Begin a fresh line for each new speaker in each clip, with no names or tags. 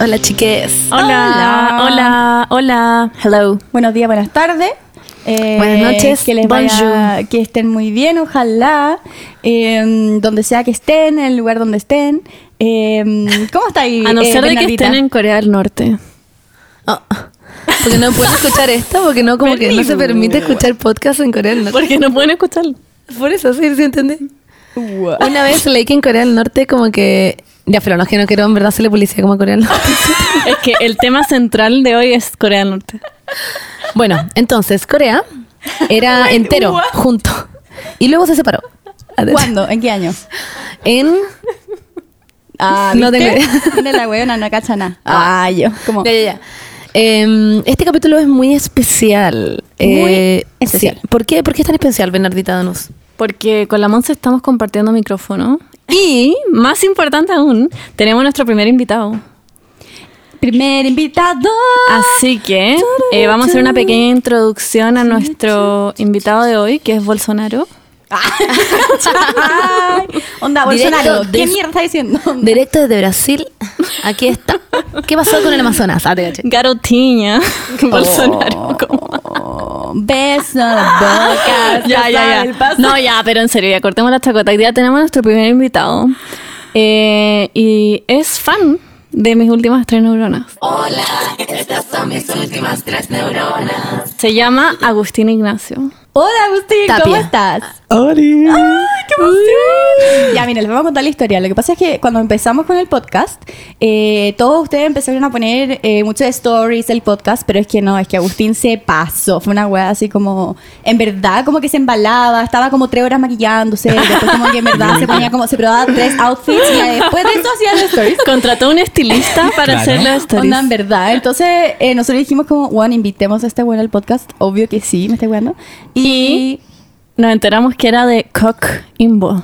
Hola, chiques.
Hola, hola, hola.
Hello.
Buenos días, buenas tardes. Eh,
Buenas noches,
Que les vaya,
bonjour.
que estén muy bien, ojalá. eh, donde sea que estén, en el lugar donde estén. Eh, ¿Cómo está ahí?
A no
eh,
ser de que
Bernardita?
estén en Corea del Norte.
Oh, Porque no puedo escuchar esto, porque no como que no se permite escuchar podcast en Corea del Norte.
Porque no pueden escucharlo.
Por eso, sí, sí, entendí.
Ua.
Una vez leí que en Corea del Norte como que... Ya, pero no es que no quiero en verdad hacerle publicidad como a Corea del Norte.
es que el tema central de hoy es Corea del Norte.
Bueno, entonces Corea era entero, junto. Y luego se separó.
¿Cuándo? ¿En qué año?
En... Ah, no tengo
¿Viste?
idea.
Viene la weona, no cacha nada.
Ah.
Ay, yo. Como,
Ya, ya, ya. Em, este capítulo es muy especial.
Muy
Eh,
especial.
sí. ¿Por qué? ¿Por qué es tan especial, Bernardita Danús?
Porque con la Monse estamos compartiendo micrófono. Y, más importante aún, tenemos nuestro primer invitado.
primer invitado.
Ah,
Así que eh, vamos a hacer una pequeña introducción a nuestro invitado de hoy, que es Bolsonaro.
Ay, onda,
Directo
Bolsonaro. ¿Qué
des-
mierda está diciendo?
Directo desde Brasil, aquí está. ¿Qué pasó con el Amazonas? Ah, te caché.
Garotinha. Bolsonaro. como-
Oh, beso, boca.
ya, ya,
el
ya.
paso.
No, ya, pero en serio, ya cortemos la chacota. Hoy día tenemos nuestro primer invitado. Eh, y es fan de mis últimas tres neuronas. Hola, estas son mis últimas tres neuronas. Se llama Agustín Ignacio.
Hola, Agustín, ¿cómo
Tapia.
estás? Ah. Ya, mira, les vamos a contar la historia. Lo que pasa es que cuando empezamos con el podcast, eh, todos ustedes empezaron a poner eh, muchos stories del podcast, pero es que no, es que Agustín se pasó. Fue una weá así como, en verdad, como que se embalaba, estaba como tres horas maquillándose, después como que en verdad se ponía como, se probaba tres outfits y ya después de eso hacía los stories.
Contrató un estilista para
Claro.
hacer las
Onda, en
stories.
verdad. Entonces, eh, nosotros dijimos como, Juan, invitemos a este weón al podcast. Obvio que sí, me está weando. Y,
Nos enteramos que era de Cock Imbo.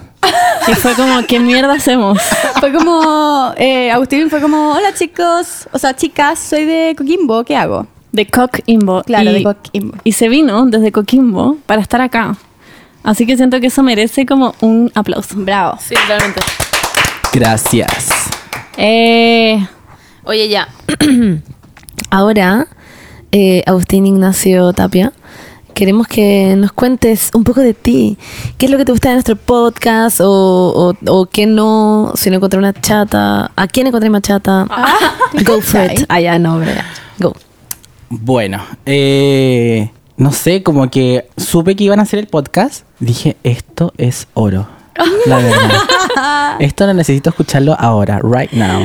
Y fue como, ¿qué mierda hacemos?
Fue como, eh, Agustín fue como, hola chicos, o sea, chicas, soy de Coquimbo, ¿qué hago?
De Coquimbo.
Claro,
y,
de Coquimbo.
Y se vino desde Coquimbo para estar acá. Así que siento que eso merece como un aplauso.
Bravo.
Sí, claramente.
Gracias.
Eh,
Oye, ya. Ahora, eh, Agustín Ignacio Tapia, queremos que nos cuentes un poco de ti. ¿Qué es lo que te gusta de nuestro podcast? ¿O, o, o qué no? Si no encontré una chata. ¿A quién encontré más chata?
Ah.
Go for it. Ah, ya, no, hombre, ya. Go.
Bueno, eh, no sé, como que supe que iban a hacer el podcast. Dije, esto es oro. La verdad. esto lo necesito escucharlo ahora, right now.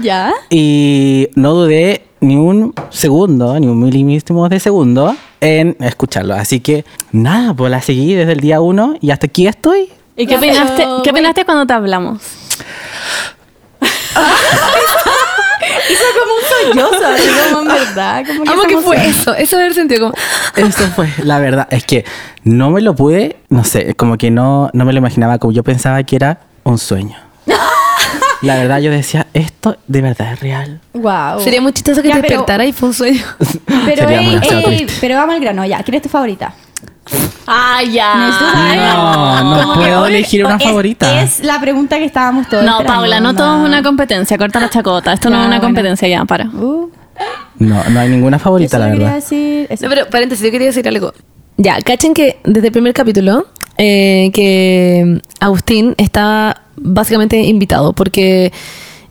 ¿Ya?
Y no dudé ni un segundo, ni un milímetro de segundo en escucharlo. Así que nada, pues la seguí desde el día uno y hasta aquí estoy.
¿Y qué
Ya, pero,
opinaste, qué
bueno.
opinaste cuando te hablamos?
Hizo como un sollozo, así como en verdad, como que
Amo
esa
que fue
emoción.
eso. Eso haber sentido como.
Eso fue, la verdad. Es que no me lo pude, no sé, como que no, no me lo imaginaba, como yo pensaba que era un sueño. La verdad, yo decía, esto de verdad es real.
Wow.
Sería muy chistoso que
Oh. Ya,
te
pero-
despertara y fue un sueño.
Pero,
Sería
ey,
demasiado
ey,
triste.
pero vamos al grano, ya. ¿Quién es tu favorita?
Ah,
Necesito saber-
No, no
como que
puedo
hoy-
elegir una
es-
favorita.
Es la pregunta que estábamos todos
No,
esperando,
Paula, no
onda.
todo es una competencia. Corta la chacota. Esto no
Ya,
es una
bueno.
competencia ya, para.
Uh,
No, no hay ninguna
yo
favorita,
solo
la
quería
verdad.
decir... eso.
No, pero paréntesis, yo quería decir algo. Ya, cachen que desde el primer capítulo eh, que Agustín está básicamente invitado porque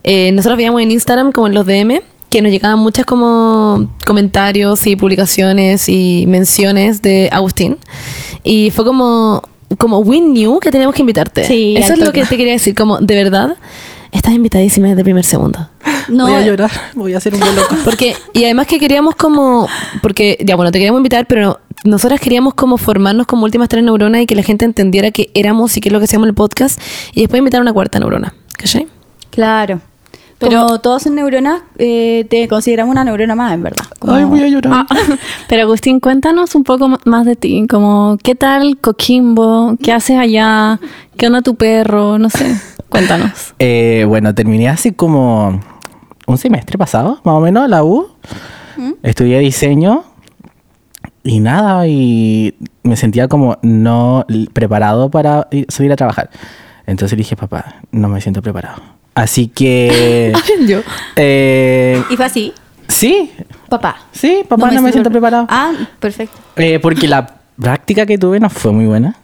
eh, nosotros veíamos en Instagram como en los DM que nos llegaban muchas como comentarios y publicaciones y menciones de Agustín y fue como como we knew que teníamos que invitarte.
Sí,
Eso es
al
lo
toque.
que te quería decir, como de verdad estás invitadísima desde el primer segundo.
No,
voy a llorar, voy a hacer un buen loco.
Porque, y además que queríamos como, porque, ya bueno, te queríamos invitar, pero nosotras queríamos como formarnos como últimas tres neuronas y que la gente entendiera que éramos y qué es lo que hacíamos en el podcast, y después invitar a una cuarta neurona, ¿cachai?
Claro. Pero todos son neuronas, eh, te consideramos una neurona más, en verdad. Como-
Ay, voy a llorar.
Ah, pero Agustín, cuéntanos un poco m- más de ti, como qué tal Coquimbo, qué haces allá, qué onda tu perro, no sé, cuéntanos.
Eh, bueno, terminé así como un semestre pasado, más o menos, la U. Estudié diseño y nada, y me sentía como no l- preparado para ir- salir a trabajar. Entonces le dije, papá, no me siento preparado. Así que.
Yo.
eh,
Y fue así.
sí,
Papá.
sí, papá, no,
siento
me siento
pre-
preparado.
Ah, perfecto.
Eh, porque la práctica que tuve no fue muy buena.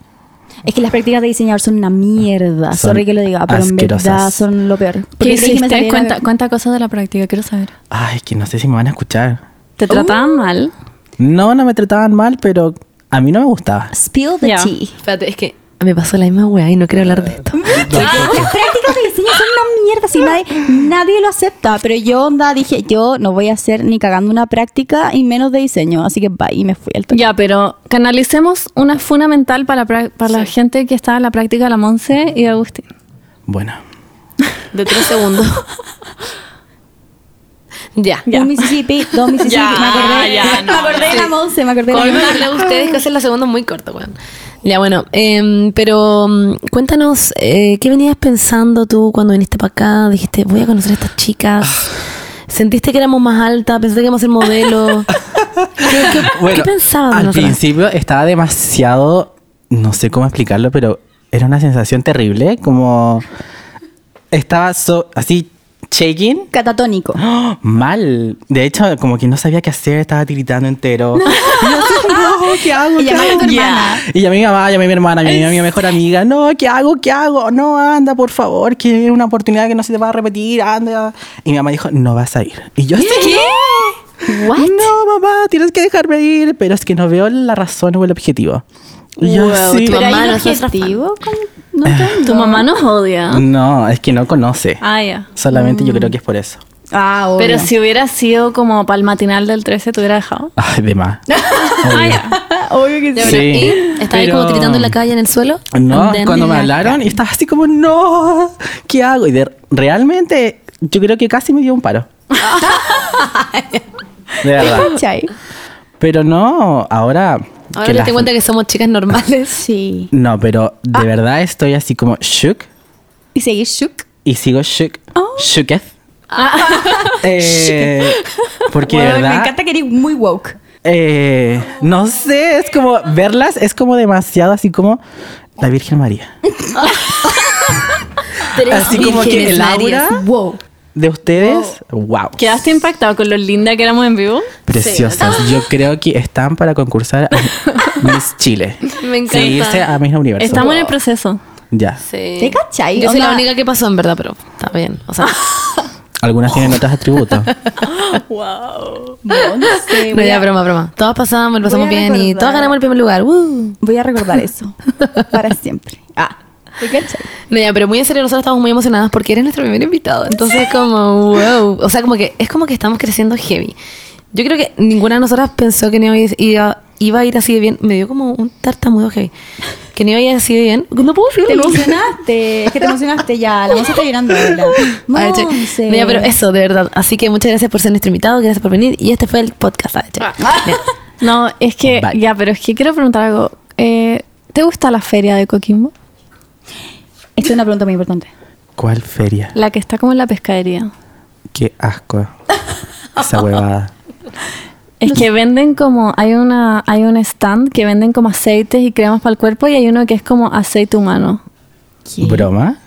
Es que las prácticas de diseñador son una mierda.
Ah, Son
Sorry que lo diga, pero en
asquerosas.
verdad son lo peor.
¿Qué
Porque creí que me
hiciste?
saliera-
Cuenta, cuenta cosas de la práctica, quiero saber.
Ay, que no sé si me van a escuchar.
Oh.
¿Te trataban mal?
No, no me trataban mal, pero a mí no me gustaba.
Spill the
Ya.
tea.
Espérate, es que me pasó la misma weá y no quiero hablar de esto.
Las prácticas de diseño son una mierda, si nadie, nadie lo acepta. Pero yo, onda, dije, yo no voy a hacer ni cagando una práctica y menos de diseño. Así que bye, y me fui al toque.
Ya, pero canalicemos una funa mental para, pra- para la gente que está en la práctica de la Monse y de Agustín.
Bueno,
De tres segundos. ya.
Un Mississippi, dos Mississippi.
Ya,
me acordé,
ya, no,
me acordé de la Monse, me acordé de la
Con
Monse.
a ustedes que hacen la segunda muy corta, weón. Ya, bueno, em, pero mm, cuéntanos, eh, ¿qué venías pensando tú cuando viniste para acá? Dijiste, voy a conocer a estas chicas. ¿Sentiste que éramos más altas? ¿Pensaste que íbamos a ser modelos? ¿Qué, qué- qué
bueno
pensabas de
al
nosotras?
principio estaba demasiado, no sé cómo explicarlo, pero era una sensación terrible, como estaba so- así shaking,
Catatónico.
¡Oh! mal. De hecho, como que no sabía qué hacer, estaba tiritando entero. y yo así, no, ¿qué hago?
Y
¿Qué
llamé a tu
hago?
hermana.
Y llamé a mi mamá, llamé a mi hermana, llamé a mi mejor amiga. No, ¿qué hago? ¿Qué hago? No, anda, por favor, que es una oportunidad que no se te va a repetir, anda. Y mi mamá dijo, no vas a ir. Y yo, ¿qué? No, mamá, tienes que dejarme ir. Pero es que no veo la razón o el objetivo. Y yo,
Wow,
Ah, sí.
tu
Pero hay
mamá
un
no es nuestra
objetivo. ¿cómo? No entiendo.
Ah. Tu mamá nos odia.
No, es que no conoce.
Ah, ya.
Solamente yo creo que es por eso.
Ah, obvio.
Pero si hubiera sido como para el matinal del 13, te hubiera dejado.
Ay, de más.
Ah, ya.
Obvio que
Ya,
Sí,
bueno, ¿y? ¿Estabas ahí como
pero-
tiritando en la calle, en el suelo?
No,
And then-
cuando me hablaron y estaba así como, no, ¿qué hago? Y de- realmente yo creo que casi me dio un paro. de verdad.
¿Cachai?
Pero no, ahora...
Ahora
que
te
la-
das cuenta que somos chicas normales.
Sí.
No, pero de
Ah.
verdad estoy así como shook
Y seguís shook.
y sigo shook.
Oh.
Shooketh. Eh, porque de
Ah. Bueno,
verdad...
me encanta que eres muy woke.
eh, no sé, es como verlas, es como demasiado así como la Virgen María.
Tres
Así como que
vírgenes Oh.
el
Marías.
aura
Wow.
de ustedes, wow.
¿Quedaste impactado con lo linda que éramos en vivo?
Preciosas. Yo creo que están para concursar a Miss Chile.
Me encanta.
Seguirse a Miss Universo.
Estamos en el proceso.
Ya.
Sí.
¿Te cachai?
Yo soy la
Onda-
única que pasó, en verdad, pero está bien. O sea,
Algunas
Oh.
tienen otros atributos.
No, no sé.
no,
voy
ya,
a-
broma, broma. Todas pasamos, lo pasamos
Voy a
bien y
recordar.
todas ganamos el primer lugar. Uh. ¡Woo!
Voy a recordar eso para siempre. Ah, ¿te cachai?
No, ya, pero muy en serio, nosotros estamos muy emocionadas porque eres nuestro primer invitado. Entonces, como, wow. O sea, como que es como que estamos creciendo heavy. Yo creo que ninguna de nosotras pensó que no iba, iba, iba a ir así de bien. Me dio como un tartamudo heavy. Que no iba a ir así de bien. No puedo
Te
decirlo.
emocionaste, es que te emocionaste ya. La Monse está llorando ahora.
Ah, che.
Monse.
Mira, pero eso, de verdad. Así que muchas gracias por ser nuestro invitado, gracias por venir. Y este fue el podcast, ah, che. Mira.
No, es que,
Vale.
ya, pero es que quiero preguntar algo. Eh, ¿Te gusta la feria de Coquimbo?
Esta es una pregunta muy importante.
¿Cuál feria?
La que está como en la pescadería.
Qué asco. Esa huevada.
Es que venden como, hay una, hay un stand que venden como aceites y cremas para el cuerpo y hay uno que es como aceite humano.
¿Broma?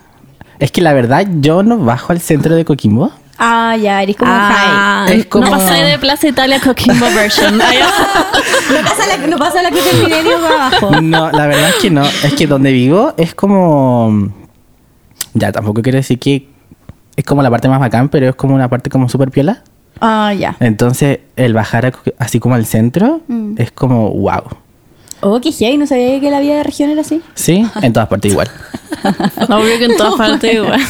Es que la verdad, yo no bajo al centro de Coquimbo.
Ah, ya, eres como
Ah,
Es como-
No pasé de Plaza Italia a Coquimbo version. Ay,
high. No pasa la, no pasa la cruz del milenio para abajo.
No, la verdad es que no. Es que donde vivo es como. Ya, tampoco quiero decir que es como la parte más bacán, pero es como una parte como súper piola.
Ah, ya.
Entonces, el bajar a Coqui- así como al centro
Mm.
es como wow.
Oh, qué gay, no sabía que la vida de región era así.
¿Sí? En todas partes igual.
Obvio que en todas partes igual.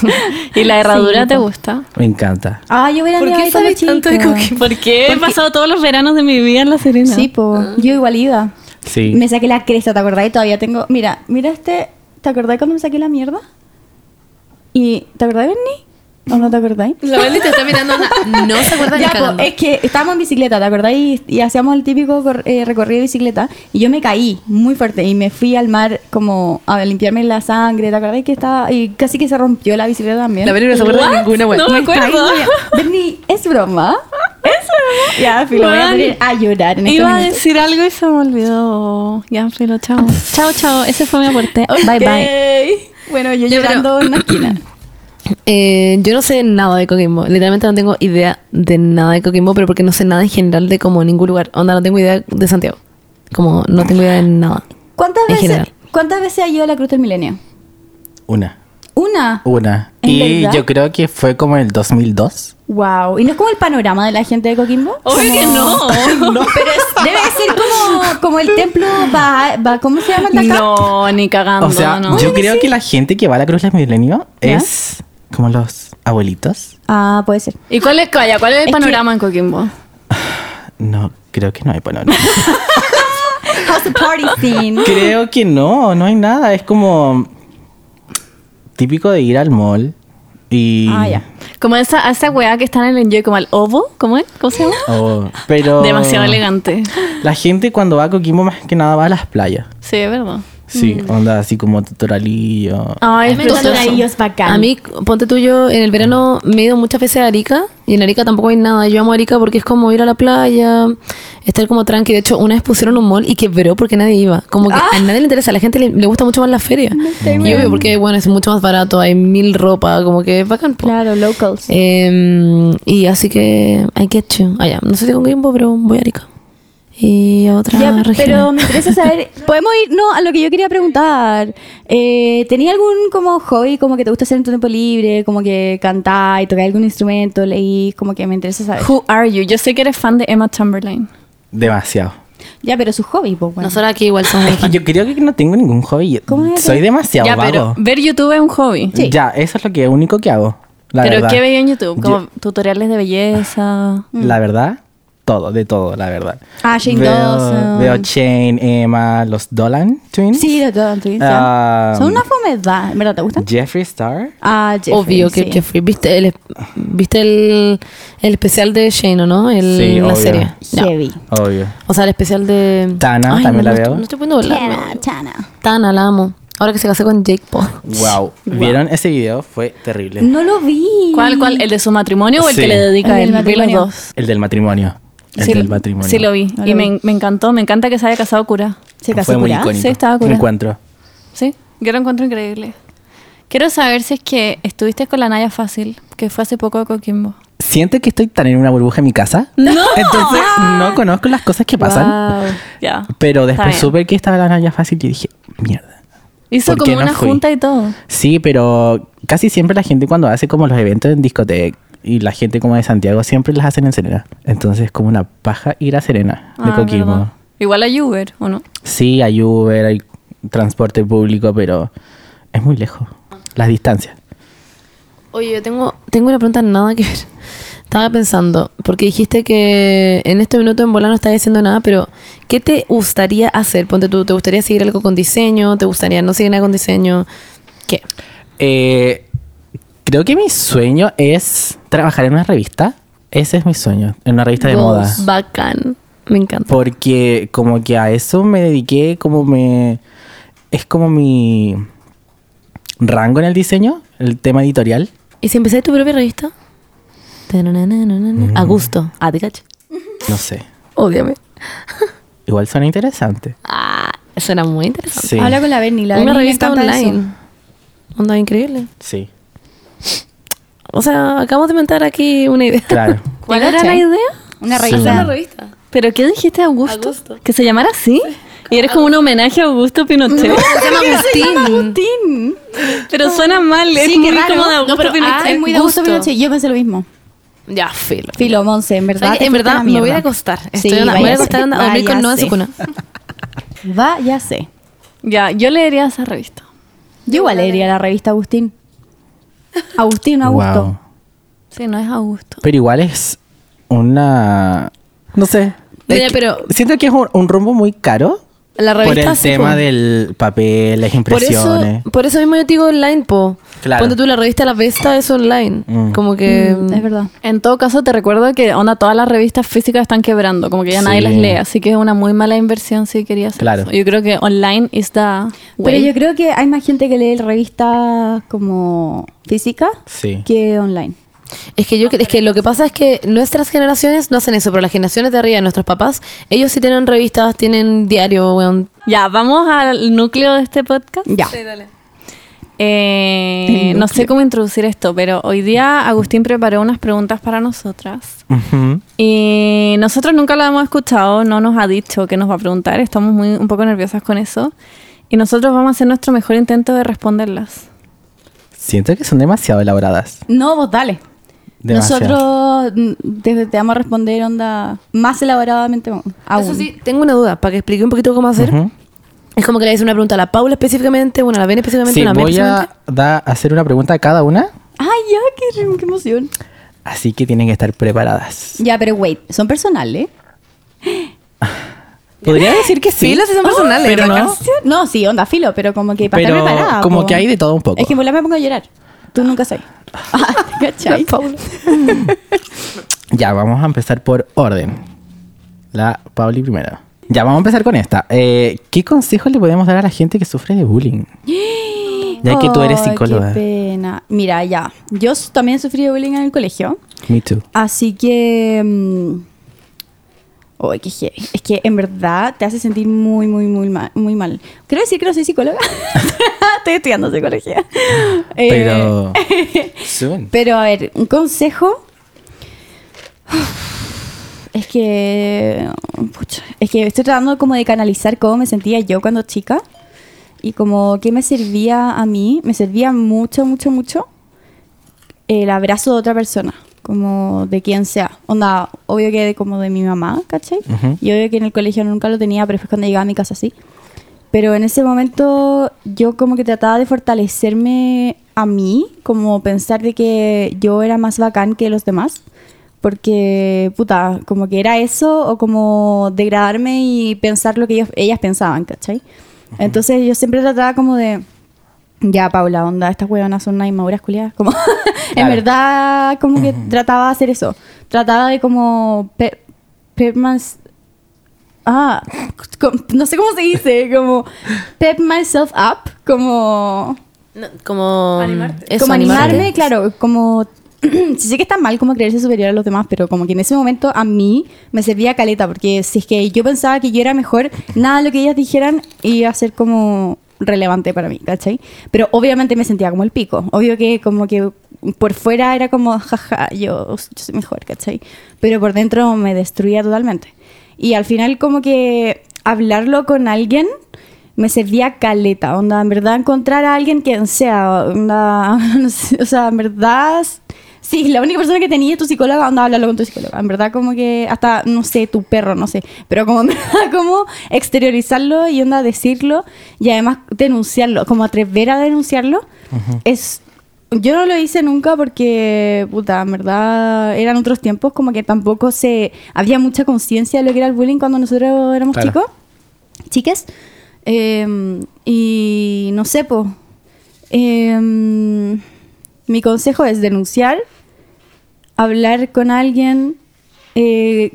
¿Y la herradura te gusta?
Me encanta.
Ah, yo hubiera ido ahí con los chicos.
Porque he pasado todos los veranos de mi vida en La Serena.
Sí, po. Yo igual iba.
Sí.
Me saqué la cresta, ¿te acordás? Y todavía tengo. Mira, mira este. ¿Te acordás cuando me saqué la mierda? ¿Y te acordás, Berni? ¿O no te acordáis?
La Vale te está mirando una- No se acuerda ni
Ya, po,
cagando.
es que estábamos en bicicleta, ¿te acordás? Y, y hacíamos el típico cor- eh, recorrido de bicicleta. Y yo me caí muy fuerte y me fui al mar como a limpiarme la sangre, ¿te acordás? Que estaba. Y casi que se rompió la bicicleta también.
La Vale no se acuerda de
What?
ninguna weá.
No me
Ay,
acuerdo.
no, ya. Berni, ¿es broma? ¿Es broma? Ya, filo, voy a
Juan,
poner a llorar en este
Iba a
momento.
decir algo y se me olvidó. Ya, pero chao. Chao, chao. Ese fue mi aporte. Bye, bye.
Ok. Bueno, yo
Ya, pero-
llorando en una esquina.
Eh, yo no sé nada de Coquimbo. Literalmente no tengo idea de nada de Coquimbo, pero porque no sé nada en general de como ningún lugar. Onda, no tengo idea de Santiago. Como no tengo idea de nada.
¿Cuántas
En
veces,
general.
¿Cuántas veces ha ido a la Cruz del Milenio?
Una.
Una.
Una.
¿En
Y
verdad?
yo creo que fue como el 2002.
Wow. ¿Y no es como el panorama de la gente de Coquimbo?
Obvio que no.
Pero es- debe ser como, como el templo va, va- ¿cómo se llama el de acá?
No, ni
Ah,
cagando.
o sea,
no.
yo creo que la gente que va a la Cruz del Milenio
¿Ya?
es como los abuelitos.
Ah, puede ser.
¿Y cuál es, calla, cuál es el
Es
panorama en Coquimbo?
No, creo que no hay panorama.
How's the party scene?
creo que no, no hay nada. Es como típico de ir al mall y...
Ah, ya.
Como esa, esa weá que está en el enjoy, como el ovo, ¿cómo es? ¿Cómo se llama?
Oh, pero...
Demasiado elegante.
La gente cuando va a Coquimbo más que nada va a las playas.
Sí, es verdad.
Sí, onda así como tutoralillo.
Ay, es
Tú
precioso.
solo ahí,
es bacán.
A mí, ponte tuyo, en el verano me he ido muchas veces a Arica y en Arica tampoco hay nada. Yo amo Arica porque es como ir a la playa, estar como tranqui. De hecho, una vez pusieron un mall y quebró porque nadie iba. Como
Ah.
que a nadie le interesa, a la gente le, le gusta mucho más la feria. Y obvio, porque bueno, es mucho más barato, hay mil ropa, como que es bacán. po.
Claro, locals.
Em, y así que, I get you. Ah, ya, no sé si con Grimbo, pero voy a Arica. Y a otra
Ya,
Ah, región.
pero me interesa saber, podemos ir, no, a lo que yo quería preguntar. Eh, ¿Tenía algún como hobby como que te gusta hacer en tu tiempo libre, como que cantar y tocar algún instrumento, leí, como que me interesa saber?
Who are you? Yo sé que eres fan de Emma Chamberlain.
Demasiado.
Ya, pero su hobby, pues bueno.
Nosotros aquí igual somos.
Es que yo creo que no tengo ningún hobby.
¿Cómo es?
Soy demasiado
ya, pero
vago.
ver YouTube es un hobby.
Sí.
Ya, eso es lo que único que hago. La
pero
verdad.
¿qué veía en YouTube? Como
Yo-
tutoriales de belleza.
La verdad, todo, de todo, la verdad.
Mm. Ah, Shane
veo,
Dawson.
Veo Shane, Emma, los Dolan Twins.
Sí, lo todo en Twitch, ya.
Ah,
Son una fomedad, ¿verdad? ¿Te gustan?
Jeffree Star.
Ah, Jeffrey,
Obvio que
sí.
Jeffrey. ¿Viste el, viste el, el especial de Shane, ¿o no? El,
Sí,
la
obvio.
serie. Ya.
Heavy.
Obvio.
O sea, el especial de.
Tana, también la
no,
veo.
No estoy pudiendo hablar,
Tana,
no.
Tana.
Tana, la amo. Ahora que se casó con Jake Paul.
Wow. ¿Vieron ese video? Fue terrible.
No lo vi.
¿Cuál, cuál? ¿El de su matrimonio o el
Sí.
que le dedica
El
él?
del
Vi los
matrimonio.
dos.
El del matrimonio. El
Sí,
del matrimonio.
Sí, lo vi.
No
y
lo
me,
vi.
me encantó. Me encanta que se haya casado cura.
¿Se
Fue
casó
muy
curada?
icónico.
Sí, estaba
Un
curada.
encuentro.
¿Sí? Yo lo encuentro increíble. Quiero saber si es que estuviste con la Naya Fácil, que fue hace poco a Coquimbo.
Siento que estoy tan en una burbuja en mi casa.
¡No!
Entonces no conozco las cosas que pasan.
Ya.
Pero después
Está bien.
supe que estaba la Naya fácil y dije, mierda.
Hizo
¿por
como
qué no
una
fui?
junta y todo.
Sí, pero casi siempre la gente cuando hace como los eventos en discoteca y la gente como de Santiago siempre las hacen en Serena. Entonces es como una paja ir a Serena de
Ah,
Coquimbo.
verdad. Igual a Uber, ¿o no?
Sí, hay Uber, hay transporte público, pero es muy lejos. Las distancias.
Oye, yo tengo, tengo una pregunta nada que ver. Estaba pensando, porque dijiste que en este minuto en bola no estás diciendo nada, pero ¿qué te gustaría hacer? Ponte tú, ¿te gustaría seguir algo con diseño? ¿Te gustaría no seguir nada con diseño? ¿Qué?
Eh, creo que mi sueño es trabajar en una revista. Ese es mi sueño, en una revista de moda.
Goals. Bacán. Me encanta.
Porque como que a eso me dediqué, como me... Es como mi rango en el diseño, el tema editorial.
¿Y si empecé tu propia revista? Tananananana. A gusto. Ah, te cacho.
No sé.
Ódiame.
Igual suena interesante.
Ah, suena muy interesante.
Sí.
Habla con la Berni. La Berni
Una
le
revista
encanta eso.
online. Onda increíble.
Sí,
O sea, acabamos de inventar aquí una idea.
claro.
¿Cuál
Ya
era
caché.
la idea?
Una
Sí.
revista.
Una
revista.
¿Pero qué dijiste, Augusto?
Augusto.
¿Que se llamara así? Y eres como un homenaje a Augusto Pinochet.
Se llama Agustín.
Tin.
Pero suena mal, es
Sí,
muy
qué raro.
como de Augusto
No, pero,
Pinochet.
ah,
Es muy de
Gusto.
gusto, Pinochet. Yo pensé lo mismo.
Ya, filo.
Filo, Monse, en verdad.
¿Sabes qué?
te
En
fuiste a
verdad,
la
me voy
mierda.
a acostar.
Sí,
Estoy onda- me voy a
váyase,
acostar onda, a dormir con no en su cuna.
váyase. Va, ya sé.
Ya, yo leería esa revista.
Yo igual leería la revista Agustín. Agustín, no Augusto.
Wow.
Sí, no es Augusto.
Pero igual es una... No sé. Es
Mira,
que-
pero-
Siento que es un, un rumbo muy caro.
La
Por
revista
el
sí,
tema
pues,
po.
del papel, las
Por eso,
impresiones.
por eso mismo yo te digo online, po.
Claro.
Ponte tú la revista La Vesta es online.
Mm.
Como que.
Mm, es verdad.
En todo caso, te recuerdo que onda, todas las revistas físicas están quebrando, como que ya nadie
Sí.
las lee, así que es una muy mala inversión si querías hacer
Claro.
eso. Yo creo que online is the way.
Pero yo creo que hay más gente que lee revistas como física
Sí.
que online.
Es que yo es que lo que pasa es que nuestras generaciones no hacen eso, pero las generaciones de arriba, nuestros papás, ellos sí tienen revistas, tienen diario, weón.
Ya, vamos al núcleo de este podcast.
Ya.
Eh, no sé cómo introducir esto, pero hoy día Agustín preparó unas preguntas para nosotras.
Ujú.
Y nosotros nunca la hemos escuchado, no nos ha dicho que nos va a preguntar, estamos muy, un poco nerviosas con eso. Y nosotros vamos a hacer nuestro mejor intento de responderlas.
Siento que son demasiado elaboradas.
No, vos dale.
Demasiado.
Nosotros mm, te, te vamos a responder onda más elaboradamente aún.
Eso sí, tengo una duda, para que explique un poquito cómo hacer.
Ujú.
Es como que le hice una pregunta a la Paula específicamente, una a la Ben específicamente,
Sí,
una a mí
voy
específicamente.
a da- hacer una pregunta a cada una,
Ay, ya, qué, qué emoción.
así que tienen que estar preparadas.
Ya, pero wait, son personales.
Podría decir que sí. Ah,
Filo, si son personales,
pero
bacán.
no.
Ah, No, sí, onda filo, pero como que para
Pero
estar preparada.
como
po.
que hay de todo un poco.
Es que en volar me pongo a llorar. Tú nunca sabes. Ah, ¿Cachai?
Ya, vamos a empezar por orden. La Pauli primero. Ya, vamos a empezar con esta. Eh, ¿Qué consejo le podemos dar a la gente que sufre de bullying? Ya que tú eres
Ay,
psicóloga.
Oh, Qué pena. Mira, ya. Yo s- también sufrí de bullying en el colegio.
Me too.
Así que. mm, Ay, qué heavy. Es que en verdad te hace sentir muy, muy, muy mal. Muy mal. Quiero decir que no soy psicóloga. Estoy estudiando psicología. Eh,
Pero. Soon.
pero a ver, un consejo. Es que. pucha, es que estoy tratando como de canalizar cómo me sentía yo cuando chica. Y como que me servía a mí. Me servía mucho, mucho, mucho el abrazo de otra persona. Como de quien sea. Onda, obvio que de, como de mi mamá, ¿cachai?
Ujú.
Y obvio que en el colegio nunca lo tenía, pero fue cuando llegaba a mi casa así. Pero en ese momento yo como que trataba de fortalecerme a mí, como pensar de que yo era más bacán que los demás. Porque, puta, como que era eso o como degradarme y pensar lo que ellos, ellas pensaban, ¿cachai? Entonces yo siempre trataba como de... Ya, Paula, onda, estas huevonas son unas inmaduras culiadas. Como, en
Claro.
verdad, como que trataba de hacer eso. Trataba de como... per- permas- Ah, com- no sé cómo se dice, como pep myself up, como,
No, como eso,
como animarme, claro, como sí sé que está mal como creerse superior a los demás, pero como que en ese momento a mí me servía caleta, porque si es que yo pensaba que yo era mejor, nada de lo que ellas dijeran iba a ser como relevante para mí, ¿cachai? Pero obviamente me sentía como el pico, obvio que como que por fuera era como, jaja, yo, yo soy mejor, ¿cachai? Pero por dentro me destruía totalmente. Y al final como que hablarlo con alguien me servía caleta, onda, en verdad encontrar a alguien quien sea, onda, no sé, o sea, en verdad, sí, la única persona que tenía es tu psicóloga, onda, hablarlo con tu psicóloga, en verdad como que hasta, no sé, tu perro, no sé, pero como, en verdad, como exteriorizarlo y onda, decirlo y además denunciarlo, como atrever a denunciarlo, es... Yo no lo hice nunca porque, puta, en verdad eran otros tiempos, como que tampoco se. Había mucha conciencia de lo que era el bullying cuando nosotros éramos
Claro.
chicos chiques. Eh, y no sé, po. Eh, mi consejo es denunciar, hablar con alguien, eh,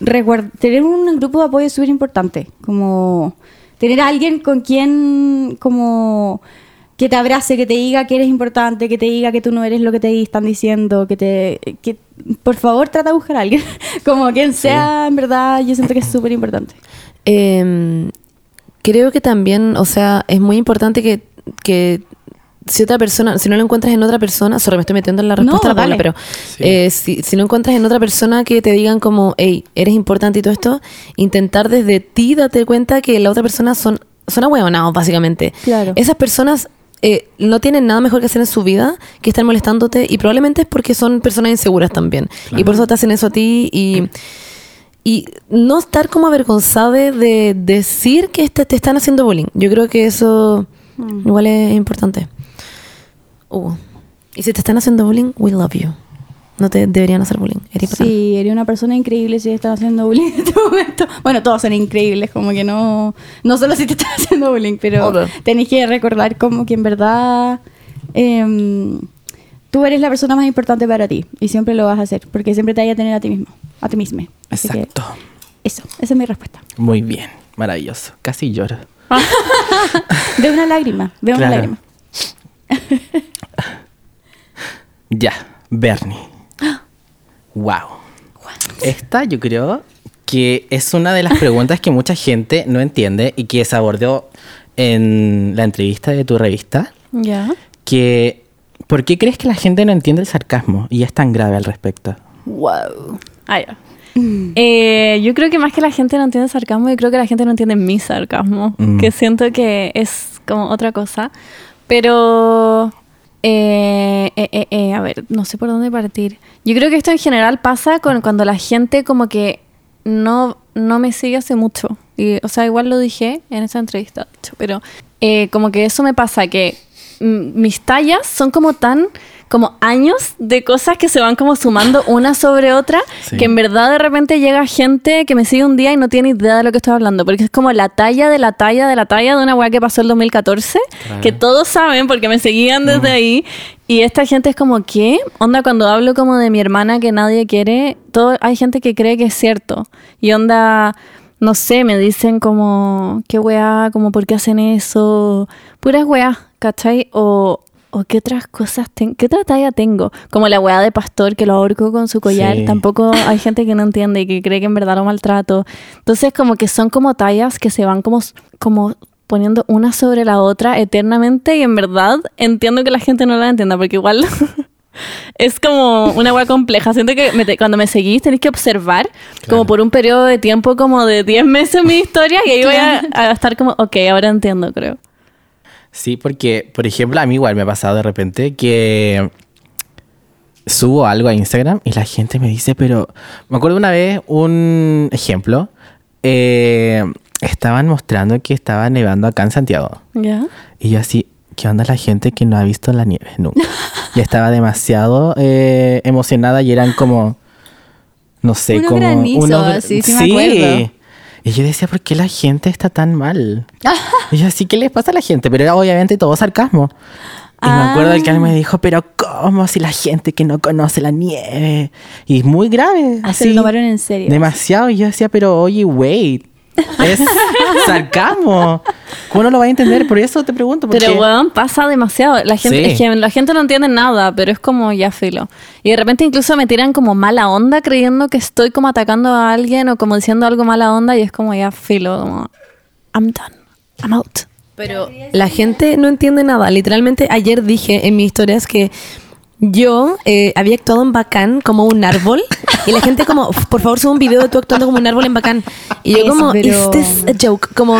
reguar- tener un grupo de apoyo súper importante, como tener a alguien con quien, como que te abrace, que te diga que eres importante, que te diga que tú no eres lo que te están diciendo, que te... Que, por favor, trata de buscar a alguien. Como quien sea, en verdad, yo siento que es súper importante.
Eh, creo que también, o sea, es muy importante que, que si otra persona, si no lo encuentras en otra persona, sorry, me estoy metiendo en la respuesta
No,
a la
dale.
Paula, pero eh, si, si no encuentras en otra persona que te digan como, hey, eres importante y todo esto, intentar desde ti darte cuenta que la otra persona son, son ahueonados, básicamente.
Claro.
Esas personas eh, no tienen nada mejor que hacer en su vida que estar molestándote y probablemente es porque son personas inseguras también. Y por eso te hacen eso a ti y... Y no estar como avergonzada de, de decir que esta- te están haciendo bullying. Yo creo que eso igual es importante. Hugo, y si te están haciendo bullying, we love you. No te deberían hacer bullying. Eres bacán.
Sí, eres una persona increíble si te están haciendo bullying en este momento. Bueno, todos son increíbles, como que no. No solo si te están haciendo bullying, pero
Ok.
tenés que recordar como que en verdad. em, tú eres la persona más importante para ti y siempre lo vas a hacer, porque siempre te vas a tener a ti mismo, a ti misma. Así que
Exacto.
eso, esa es mi respuesta.
Muy bien. Maravilloso. Casi lloro.
De una lágrima, de una
Claro.
lágrima.
Ya, Bernie. Wow. Esta yo creo que es una de las preguntas que mucha gente no entiende y que se abordó en la entrevista de tu revista.
Ya.
que ¿por qué crees que la gente no entiende el sarcasmo y es tan grave al respecto?
Wow. Ah, ya. Eh, yo creo que más que la gente no entiende sarcasmo, yo creo que la gente no entiende mi sarcasmo,
Mm.
que siento que es como otra cosa. Pero, eh, eh, eh, eh, a ver, no sé por dónde partir. Yo creo que esto en general pasa con cuando la gente como que no, no me sigue hace mucho. Y, o sea, igual lo dije en esa entrevista, de hecho, pero eh, como que eso me pasa, que mm, mis tallas son como tan como años de cosas que se van como sumando una sobre otra,
Sí.
que en verdad de repente llega gente que me sigue un día y no tiene idea de lo que estoy hablando, porque es como la talla de la talla de la talla de una weá que pasó el 2014,
Claro.
que todos saben porque me seguían desde ahí, y esta gente es como, ¿qué? Onda, cuando hablo como de mi hermana que nadie quiere, todo, hay gente que cree que es cierto, y onda... No sé, me dicen como, qué weá, como por qué hacen eso, puras weá, ¿cachai? O, o qué otras cosas tengo, qué otra talla tengo. Como la weá de pastor que lo ahorco con su collar.
Sí.
Tampoco hay gente que no entiende y que cree que en verdad lo maltrato. Entonces como que son como tallas que se van como, s- como poniendo una sobre la otra eternamente y en verdad entiendo que la gente no la entienda porque igual es como una weá compleja. Siento que me te- cuando me seguís tenés que observar como por un periodo de tiempo como de 10 meses mi historia y ahí voy a- a estar como, ok, ahora entiendo creo.
Sí, porque, por ejemplo, a mí igual me ha pasado de repente que subo algo a Instagram y la gente me dice, pero me acuerdo una vez un ejemplo, eh, estaban mostrando que estaba nevando acá en Santiago.
¿Ya?
Y yo así, ¿qué onda la gente que no ha visto la nieve nunca? Y estaba demasiado eh, emocionada y eran como, no sé,
Unos
como...
granizos,
gra-
sí, sí me acuerdo.
Y yo decía, ¿por qué la gente está tan mal? y yo así, ¿qué les pasa a la gente? Pero era obviamente todo sarcasmo. Y me acuerdo el que alguien
Ah.
me dijo, pero ¿cómo si la gente que no conoce la nieve? Y es muy grave.
Ah, se lo tomaron en serio.
Demasiado. Y yo decía, pero oye, wait. Es sarcasmo. ¿Cómo no lo va a entender? Por eso te pregunto. Porque...
Pero, weón, pasa demasiado. La gente,
Sí.
es que la gente no entiende nada, pero es como ya filo. Y de repente incluso me tiran como mala onda creyendo que estoy como atacando a alguien o como diciendo algo mala onda y es como ya filo, como I'm done, I'm out.
Pero la gente no entiende nada. Literalmente ayer dije en mis historias que yo eh, había actuado en Bacán como un árbol y la gente como, "Uf, por favor sube un video de tú actuando como un árbol en Bacán. Y yo
Eso,
como,
pero-
is this a joke? Como,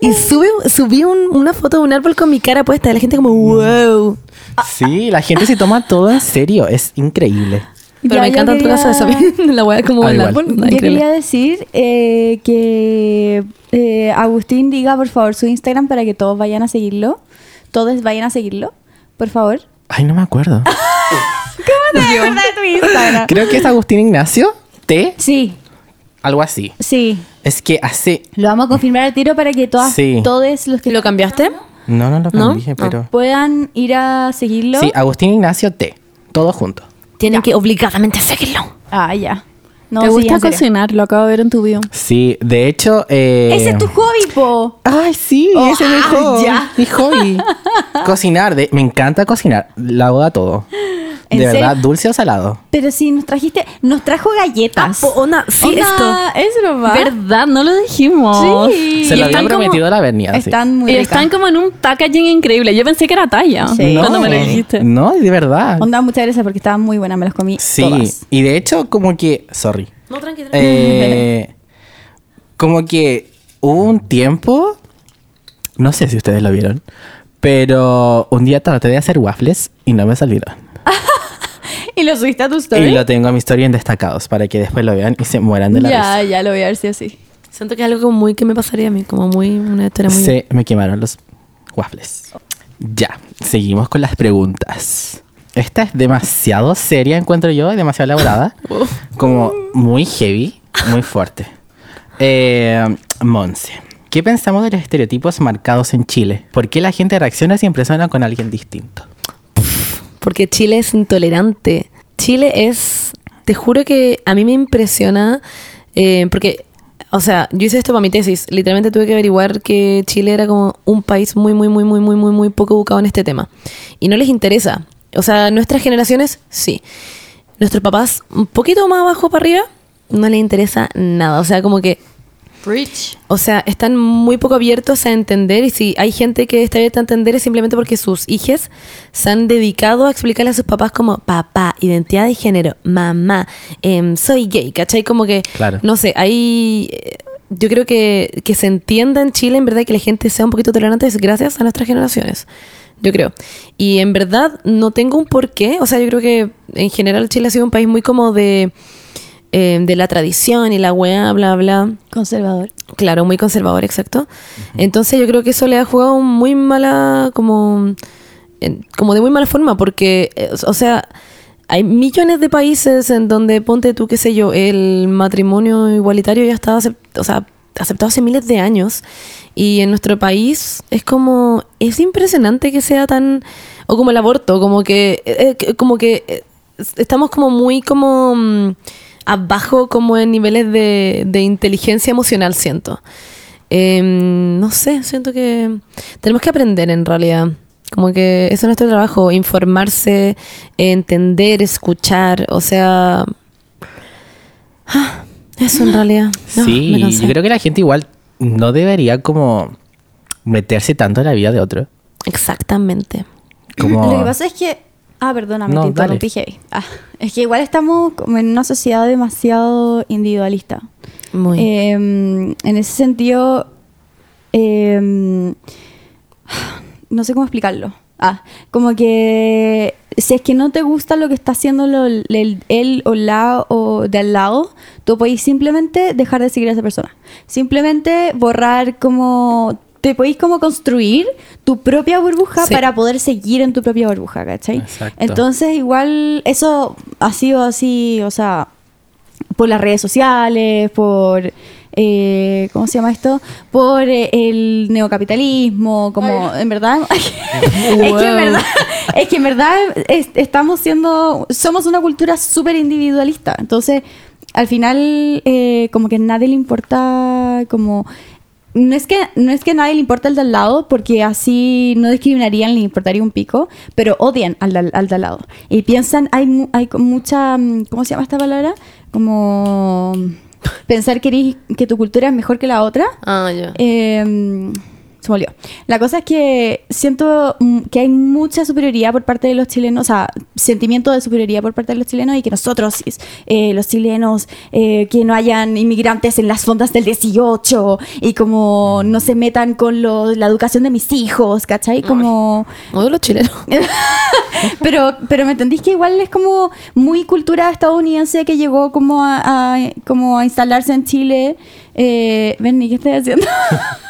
y sube, subí un- una foto de un árbol con mi cara puesta y la gente como, wow.
Sí, la gente se toma todo en serio. Es increíble.
Pero
Ya,
me
yo
encanta tu
quería-
caso de saber la wea como
Ah,
el
igual.
árbol. No,
Yo
increíble.
quería decir eh, que eh, Agustín diga por favor su Instagram para que todos vayan a seguirlo. Todos vayan a seguirlo, por favor.
Ay, no me acuerdo.
Yo. tu Instagram?
Creo que es Agustín Ignacio. T.
Sí,
Algo así.
sí.
Es que hace...
Lo vamos a confirmar al tiro para que todas,
Sí.
todos los que
¿Lo cambiaste?
No, no lo
¿No?
cambié, pero...
puedan ir a seguirlo.
Sí, Agustín Ignacio T. Todo junto.
Tienen que obligadamente seguirlo.
Ah, ya. No,
¿Te
sí,
gusta
en serio.
cocinar? Lo acabo de ver en tu bio.
Sí, de hecho... eh,
Ese es tu hobby, po.
Ay, sí,
Oh,
ese es mi
ah,
hobby.
ya.
Mi hobby. cocinar, de- me encanta cocinar. La hago a todo.
¿En
De
serio?
verdad, dulce o salado.
Pero si nos trajiste, nos trajo galletas.
Ah, po- onda, sí,
Onda, Es broma.
¿Verdad? No lo dijimos.
Sí.
Se
Y están
lo habían
como-
prometido a la Bernie. así.
Ah, Están muy
y
ricas.
están como en un packaging increíble. Yo pensé que era talla
Sí.
cuando me lo dijiste.
No, de verdad.
Onda, muchas gracias porque estaban muy buenas, me las comí
Sí,
todas.
y de hecho, como que. Sorry.
No, tranqui, tranqui.
Eh, como que hubo un tiempo. No sé si ustedes lo vieron. Pero un día traté de hacer waffles y no me salieron.
¿Y lo subiste a tu
Y
story?
lo tengo a mi historia en destacados para que después lo vean y se mueran de la risa.
ya, ya lo voy a ver si así.
Siento que es algo como muy que me pasaría a mí, como muy, una historia muy...
Se me quemaron los waffles. Ya, seguimos con las preguntas. Esta es demasiado seria, encuentro yo, y demasiado elaborada. como muy heavy, muy fuerte. Eh, Monse, ¿qué pensamos de los estereotipos marcados en Chile? ¿Por qué la gente reacciona si impresiona con alguien distinto?
Porque Chile es intolerante. Chile es, te juro que a mí me impresiona, eh, porque, o sea, yo hice esto para mi tesis, literalmente tuve que averiguar que Chile era como un país muy, muy, muy, muy, muy, muy, muy poco educado en este tema. Y no les interesa. O sea, nuestras generaciones, sí. Nuestros papás, un poquito más abajo para arriba, no les interesa nada. O sea, como que
Preach.
O sea, están muy poco abiertos a entender y si hay gente que está abierta a entender es simplemente porque sus hijas se han dedicado a explicarle a sus papás como papá, identidad de género, mamá, em, soy gay, ¿cachai? Como que,
Claro.
no sé, ahí eh, yo creo que, que se entienda en Chile, en verdad, que la gente sea un poquito tolerante es gracias a nuestras generaciones. Yo creo. Y en verdad no tengo un porqué. O sea, yo creo que en general Chile ha sido un país muy como de, em, de la tradición y la weá, bla, bla.
Conservador.
Claro, muy conservador, exacto. Entonces yo creo que eso le ha jugado un muy mala, como, en- como de muy mala forma, porque, eh, o sea, hay millones de países en donde, ponte tú, qué sé yo, el matrimonio igualitario ya está acep- o sea, aceptado hace miles de años. Y en nuestro país es como, es impresionante que sea tan, o como el aborto, como que, eh, eh, como que eh, estamos como muy como... mm, abajo como en niveles de, de inteligencia emocional, siento. Em, no sé, siento que tenemos que aprender en realidad. Como que eso es nuestro trabajo, informarse, entender, escuchar, o sea... ah, eso en realidad. No, me
sí,
cansé.
yo creo que la gente igual no debería como meterse tanto en la vida de otro.
Exactamente.
Como...
Lo que pasa es que. Ah, perdóname,
No,
te interrumpí, heavy. Ah, es que igual estamos como en una sociedad demasiado individualista.
Muy.
Eh, en ese sentido, eh, no sé cómo explicarlo. Ah, como que si es que no te gusta lo que está haciendo lo- el, él o la o de al lado, tú podéis simplemente dejar de seguir a esa persona. Simplemente borrar como... Te podéis como construir tu propia burbuja
Sí.
para poder seguir en tu propia burbuja, ¿cachai?
Exacto.
Entonces igual eso ha sido así, o sea, por las redes sociales, por eh, ¿cómo se llama esto? Por eh, el neocapitalismo, como en verdad es que en verdad es que en verdad es- estamos siendo somos una cultura súper individualista, entonces al final eh, como que a nadie le importa como no es que no es que a nadie le importa al de al lado porque así no discriminarían ni importaría un pico pero odian al, de- al de al lado y piensan hay mu- hay con mucha mm, cómo se llama esta palabra como pensar que eres- que tu cultura es mejor que la otra
Ah, ya.
eh, se me olvidó. La cosa es que siento mm, que hay mucha superioridad por parte de los chilenos, o sea, sentimiento de superioridad por parte de los chilenos y que nosotros, eh, los chilenos, eh, que no hayan inmigrantes en las fondas del 18 y como no se metan con lo- la educación de mis hijos, ¿cachai? Como...
Odio los chilenos.
pero, pero me entendís que igual es como muy cultura estadounidense que llegó como a, a- como a instalarse en Chile. Eh, ven, ¿y qué estoy haciendo?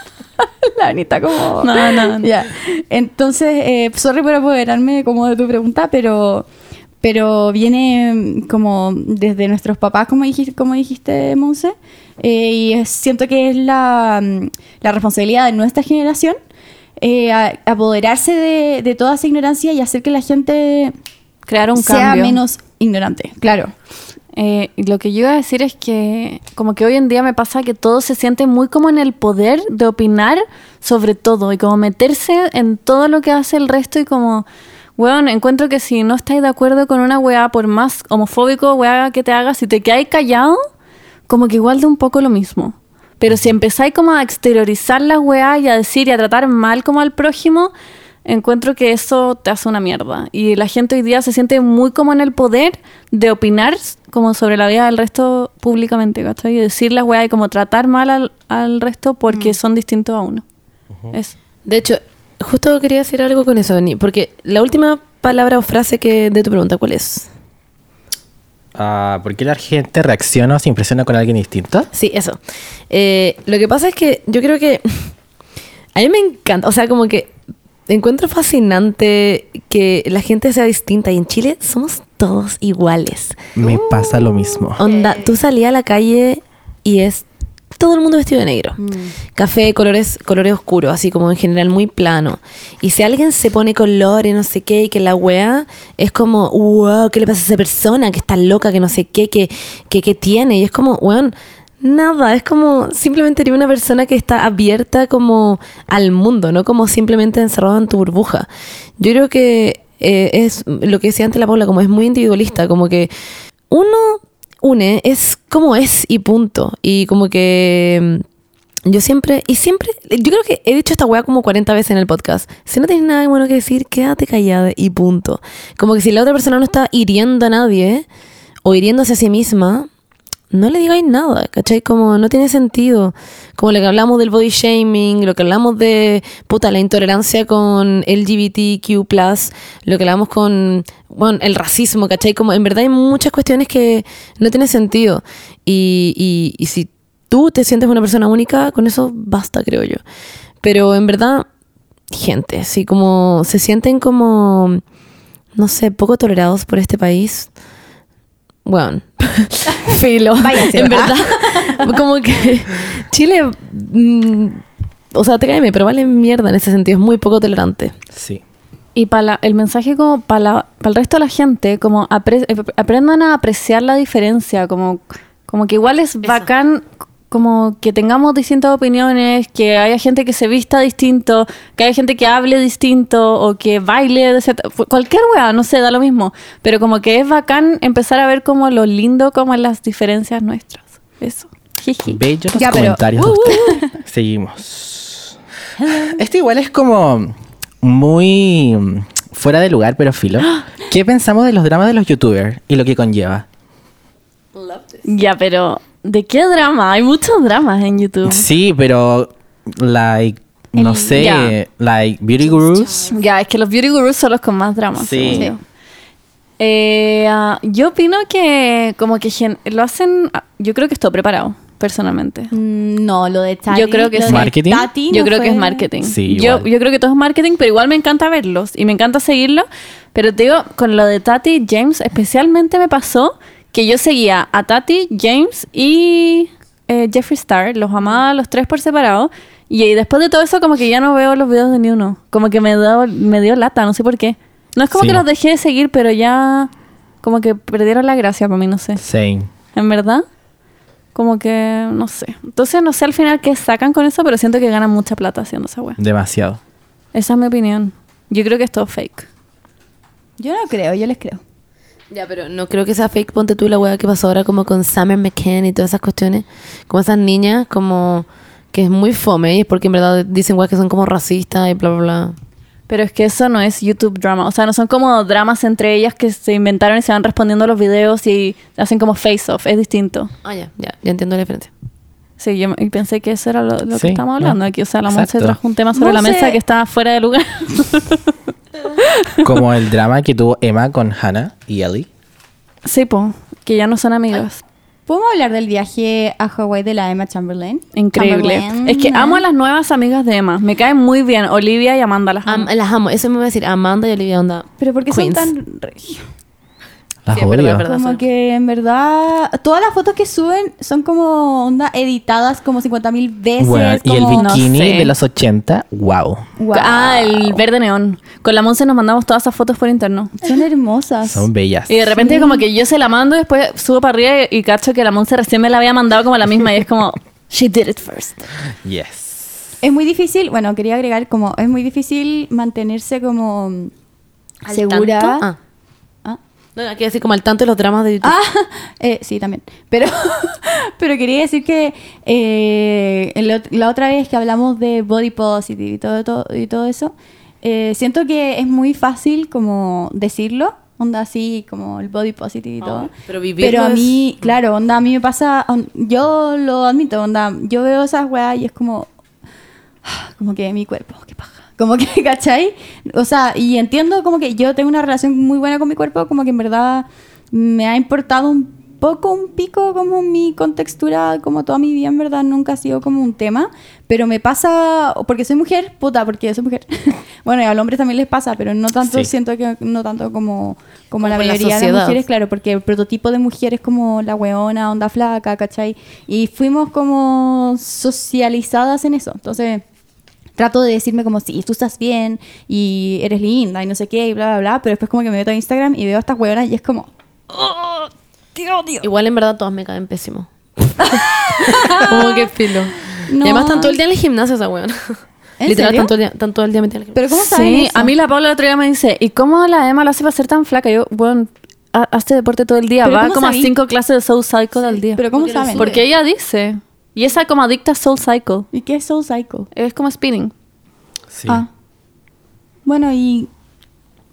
La bonita como...
No, no, no.
Ya. Entonces, eh, sorry por apoderarme como de tu pregunta, pero... Pero viene mm, como desde nuestros papás, como dijiste, como dijiste Monse, eh, y es- siento que es la, mm, la responsabilidad de nuestra generación eh, a- apoderarse de, de toda esa ignorancia y hacer que la gente
Crear un
sea
cambio.
menos ignorante, claro.
Eh, lo que yo iba a decir es que como que hoy en día me pasa que todos se sienten muy como en el poder de opinar sobre todo y como meterse en todo lo que hace el resto y como, weón, encuentro que si no estáis de acuerdo con una weá, por más homofóbico weá que te hagas, si te quedáis callado, como que igual de un poco lo mismo. Pero si empezáis como a exteriorizar las weá y a decir y a tratar mal como al prójimo, encuentro que eso te hace una mierda. Y la gente hoy día se siente muy como en el poder de opinar s- como sobre la vida del resto públicamente, ¿cachai? Y decir las weá y como tratar mal al, al resto porque son distintos a uno. Eso.
De hecho, justo quería decir algo con eso, Dani, porque la última palabra o frase que de tu pregunta, ¿cuál es?
Ah, ¿Por qué la gente reacciona o se impresiona con alguien distinto?
Sí, eso. Eh, lo que pasa es que yo creo que a mí me encanta, o sea, como que encuentro fascinante que la gente sea distinta y en Chile somos todos iguales.
Me pasa lo mismo.
Onda, tú salías a la calle y es todo el mundo vestido de negro. Café, colores, colores oscuros, así como en general muy plano. Y si alguien se pone color y no sé qué, y que la weá es como, wow, ¿qué le pasa a esa persona que está loca, que no sé qué, que, que, que tiene? Y es como, weón, nada, es como simplemente eres una persona que está abierta como al mundo, no como simplemente encerrado en tu burbuja. Yo creo que eh, es lo que decía antes la Paula, como es muy individualista, como que uno une es como es y punto. Y como que mm, Yo siempre, y siempre, yo creo que he dicho esta weá como 40 veces en el podcast. Si no tienes nada bueno que decir, quédate callada y punto. Como que si la otra persona no está hiriendo a nadie o hiriéndose a sí misma, no le digáis nada, ¿cachai? Como no tiene sentido. Como lo que hablamos del body shaming, lo que hablamos de, puta, la intolerancia con LGBTQ, lo que hablamos con, bueno, el racismo, ¿cachai? Como en verdad hay muchas cuestiones que no tienen sentido. Y, y, y si tú te sientes una persona única, con eso basta, creo yo. Pero en verdad, gente, si como se sienten como, no sé, poco tolerados por este país, bueno, filo.
Váyanse,
en
¿verdad?
verdad, como que Chile, mm, o sea, te caeme, pero vale mierda en ese sentido, es muy poco tolerante.
Sí.
Y para el mensaje como para el resto de la gente, como apre- eh, aprendan a apreciar la diferencia, como, como que igual es bacán como que tengamos distintas opiniones, que haya gente que se vista distinto, que haya gente que hable distinto o que baile, de cierta- fu- cualquier weá, no sé, da lo mismo, pero como que es bacán empezar a ver como lo lindo, como en las diferencias nuestras. Eso. Jiji.
Bellos los
Ya, pero-
comentarios de ustedes. Seguimos. Este igual es como muy mm, fuera de lugar, pero filo. ¿Qué pensamos de los dramas de los youtubers y lo que conlleva?
Ya, pero ¿de qué drama? Hay muchos dramas en YouTube.
Sí, pero like no
Uh. El-
sé,
ya.
like beauty gurus.
Ya, es que los beauty gurus son los con más drama.
Sí.
según yo. Eh, ah, yo opino que como que gen- lo hacen, ah, yo creo que estoy preparado, personalmente.
Mm, No, lo de Tati.
Yo creo que
lo
sí.
de
¿Marketing?
Tati
yo
no
creo que es
fue-
marketing.
Sí,
yo,
igual.
yo creo que todo es marketing, pero igual me encanta verlos y me encanta seguirlos. Pero te digo, con lo de Tati James, especialmente me pasó que yo seguía a Tati, James y eh, Jeffree Star. Los amaba a los tres por separado. Y, y después de todo eso, como que ya no veo los videos de ni uno. Como que me, da- me dio lata, no sé por qué. No es como
Sí.
que los dejé de seguir, pero ya como que perdieron la gracia para mí, no sé.
Same.
En verdad, como que no sé. Entonces, no sé al final qué sacan con eso, pero siento que ganan mucha plata haciendo esa wea.
Demasiado.
Esa es mi opinión. Yo creo que es todo fake.
Yo no creo, yo les creo.
Ya, pero no creo que sea fake. Ponte tú la weá que pasó ahora como con Summer McCann y todas esas cuestiones. Como esas niñas, como que es muy fome y es porque en verdad dicen weá que son como racistas y bla, bla, bla.
Pero es que eso no es YouTube drama. O sea, no son como dramas entre ellas que se inventaron y se van respondiendo a los videos y hacen como face-off. Es distinto.
Ah, ya, ya, ya entiendo la diferencia.
Sí, yo y pensé que eso era lo, lo
Sí,
que estábamos hablando
no.
aquí. O sea, la
Exacto.
Monse trajo un tema sobre la
Monse.
mesa que estaba fuera de lugar.
Como el drama que tuvo Emma con Hannah y Ellie.
sí, po. Que ya no son amigas.
¿Podemos hablar del viaje a Hawái de la Emma Chamberlain?
Increíble.
Chamberlain.
Es que amo a las nuevas amigas de Emma. Me caen muy bien. Olivia y Amanda las amo.
Am- las amo, eso me iba a decir Amanda y Olivia Onda.
Pero porque
Queens.
son tan regios.
Sí,
Las
es
odio.
verdad, es verdad.
Como
son.
que en verdad, todas las fotos que suben son como onda editadas como 50 mil veces.
Bueno, y el
como-
no
bikini
sé.
de los 80, wow.
Wow.
Ah, el verde neón. Con la Monse nos mandamos todas esas fotos por interno.
Son hermosas.
Son bellas.
Y de repente como que yo se la mando y después subo para arriba y, y cacho que la Monse recién me la había mandado como la misma y es como, she did it first.
Yes.
Es muy difícil, bueno, quería agregar como, es muy difícil mantenerse como
¿Al
segura.
tanto? Ah.
Ah.
No, hay que decir como al tanto de los dramas de YouTube.
Ah, eh, sí, también. Pero, pero quería decir que eh, el ot- la otra vez que hablamos de body positive y todo, todo- y todo eso, eh, siento que es muy fácil como decirlo, onda así, como el body positive y
Ah,
todo.
pero vivirlo
a
es-
mí, claro, onda, a mí me pasa, on- yo lo admito, onda, yo veo esas weas y es como, como que mi cuerpo, qué paja. Como que, ¿cachai? O sea, y entiendo como que yo tengo una relación muy buena con mi cuerpo, como que en verdad me ha importado un poco, un pico, como mi contextura, como toda mi vida, en verdad, nunca ha sido como un tema, pero me pasa, o porque soy mujer, puta, porque soy mujer. bueno, y a los hombres también les pasa, pero no tanto,
Sí.
siento que no tanto como, como, la
Como la
mayoría de las
sociedad.
mujeres, claro, porque el prototipo de mujer es como la weona, onda flaca, ¿cachai? Y fuimos como socializadas en eso, entonces trato de decirme como, sí, tú estás bien y eres linda y no sé qué y bla, bla, bla, pero después como que me meto a Instagram y veo a estas huevonas y es como,
Igual en verdad todas me caen pésimo. como que filo. Y
No.
además están todo el día en el gimnasio esa weón.
¿En
Literal,
serio?
están todo el día, están todo el día metidas en el gimnasio.
pero ¿cómo saben
Sí,
eso?
a mí la Paula el otro día me dice, ¿y cómo la Emma la hace para ser tan flaca? Yo, bueno, ha- hace deporte todo el día,
¿Pero
va
cómo
como
sabí?
a cinco clases de Soul Cycle al día.
pero ¿cómo
Porque lo
saben?
sube.
Porque ella dice, Y esa como adicta a Soul Cycle.
¿Y qué es Soul Cycle?
Es como spinning.
Sí.
Ah. Bueno, y.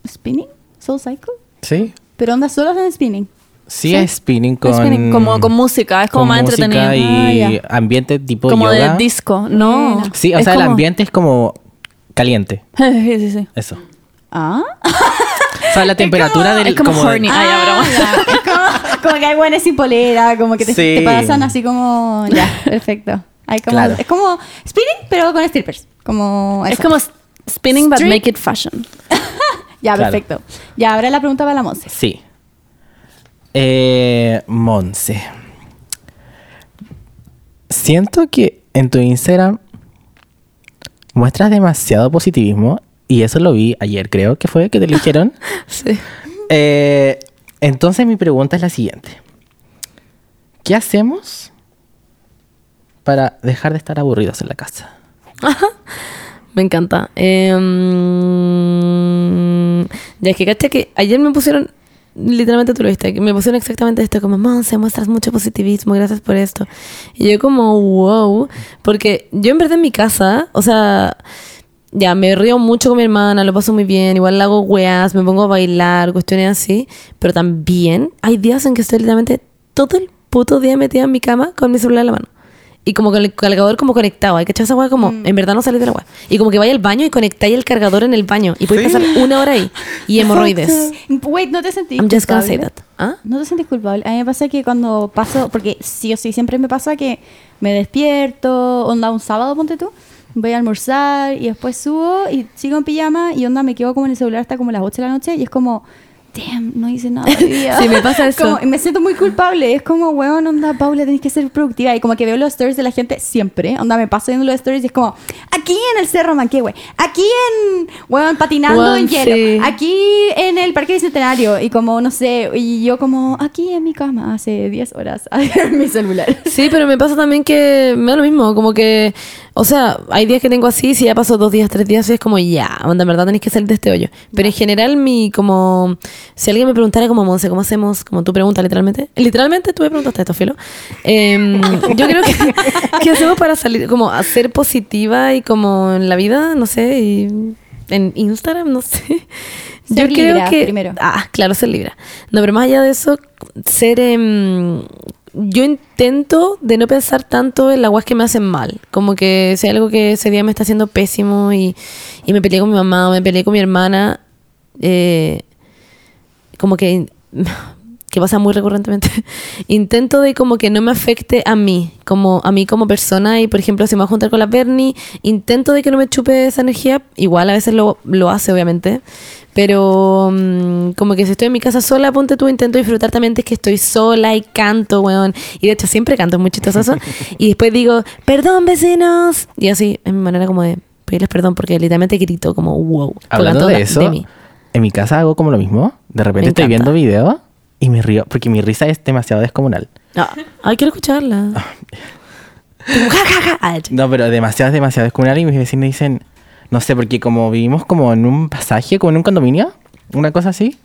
¿Spinning? ¿Soul Cycle?
Sí.
Pero onda solo en spinning.
Sí, es spinning con.
Spinning, como con música, es como
con
más
música
entretenido.
Y
Ah, ya.
ambiente tipo
como
yoga.
de disco. No.
Buena.
Sí, o
Es
sea, el
como-
ambiente es como caliente.
sí, sí, sí.
Eso.
Ah.
O sea, la temperatura del.
es como horny. Ah, ya, broma.
ya. Es como, como que hay buenas sin polera, como que te,
Sí.
te pasan así como. Ya, perfecto. Hay como,
Claro.
Es como spinning, pero con strippers. Como
Es
eso.
como s- spinning but
Street-
make it fashion.
Ya,
Claro.
perfecto. Ya, ahora la pregunta para la Monse.
Sí. Eh, Monse. Siento que en tu Instagram muestras demasiado positivismo y eso lo vi ayer, creo que fue que te lo dijeron.
Sí.
Eh, entonces mi pregunta es la siguiente. ¿Qué hacemos para dejar de estar aburridos en la casa?
Me encanta. Em, ya es que caché que ayer me pusieron, literalmente tú lo viste, que me pusieron exactamente esto, como, Monse, muestras mucho positivismo, gracias por esto. Y yo como, wow, porque yo en verdad en mi casa, o sea, ya me río mucho con mi hermana, lo paso muy bien, igual hago weas, me pongo a bailar, cuestiones así, pero también hay días en que estoy literalmente todo el puto día metida en mi cama con mi celular en la mano. Y como con el cargador como conectado. Hay que echar esa hueá como, en verdad no salís de la hueá. Y como que vaya al baño y conectáis el cargador en el baño. Y podéis pasar una hora ahí. Y hemorroides.
Wait, no te sentí.
I'm just gonna say
culpable?
that. ¿Ah?
No te sientes culpable. A mí me pasa que cuando paso, porque sí o sí, siempre me pasa que me despierto, onda un sábado, ponte tú, voy a almorzar y después subo y sigo en pijama y onda me quedo como en el celular hasta como las 8 de la noche y es como, damn, no hice nada. hoy día".
Sí, me pasa eso.
Como- me siento muy culpable. Es como, weón, onda, Paula, tenés que ser productiva. Y como que veo los stories de la gente siempre. Onda, me paso viendo los stories y es como, aquí en el Cerro Manquehue, aquí en, weón, patinando
Weón,
en hielo,
sí.
aquí en el Parque Bicentenario. Y como, no sé, y yo como, aquí en mi cama hace 10 horas a ver mi celular.
Sí, pero me pasa también que me da lo mismo, como que, o sea, hay días que tengo así, si ya pasó dos días, tres días, es como ya, onda, en verdad tenéis que salir de este hoyo. Pero en general, mi, como, si alguien me preguntara como Monse, ¿cómo hacemos? Como tú preguntas literalmente, literalmente tú me preguntaste esto, Filo. Em, yo creo que, ¿qué hacemos para salir, como, a ser positiva y como en la vida, no sé, y en Instagram, no sé.
Ser Libra, primero.
Ah, claro, ser libra. No, pero más allá de eso, ser... em, yo intento de no pensar tanto en las guas que me hacen mal. Como que si hay algo que ese día me está haciendo pésimo y, y me peleé con mi mamá o me peleé con mi hermana, eh, como que que pasa muy recurrentemente. Intento de como que no me afecte a mí, como a mí como persona y por ejemplo si me voy a juntar con la Bernie, intento de que no me chupe esa energía, igual a veces lo, lo hace obviamente, pero mm, como que si estoy en mi casa sola, ponte tú, intento disfrutar también de que estoy sola y canto, weón, y de hecho siempre canto, es muy chistoso eso. y después digo, perdón vecinos, y así es mi manera como de pedirles perdón porque literalmente grito como wow, por
Hablando
tanto,
de
la-
eso,
de mí.
en mi casa hago como lo mismo. De repente
Me
estoy
encanta.
viendo video y me río, porque mi risa es demasiado descomunal.
No, ay, quiero escucharla. Como, ja, ja, ja. Ah, ya.
No, pero demasiado, es demasiado descomunal y mis vecinos dicen, no sé, porque como vivimos como en un pasaje, como en un condominio, una cosa así,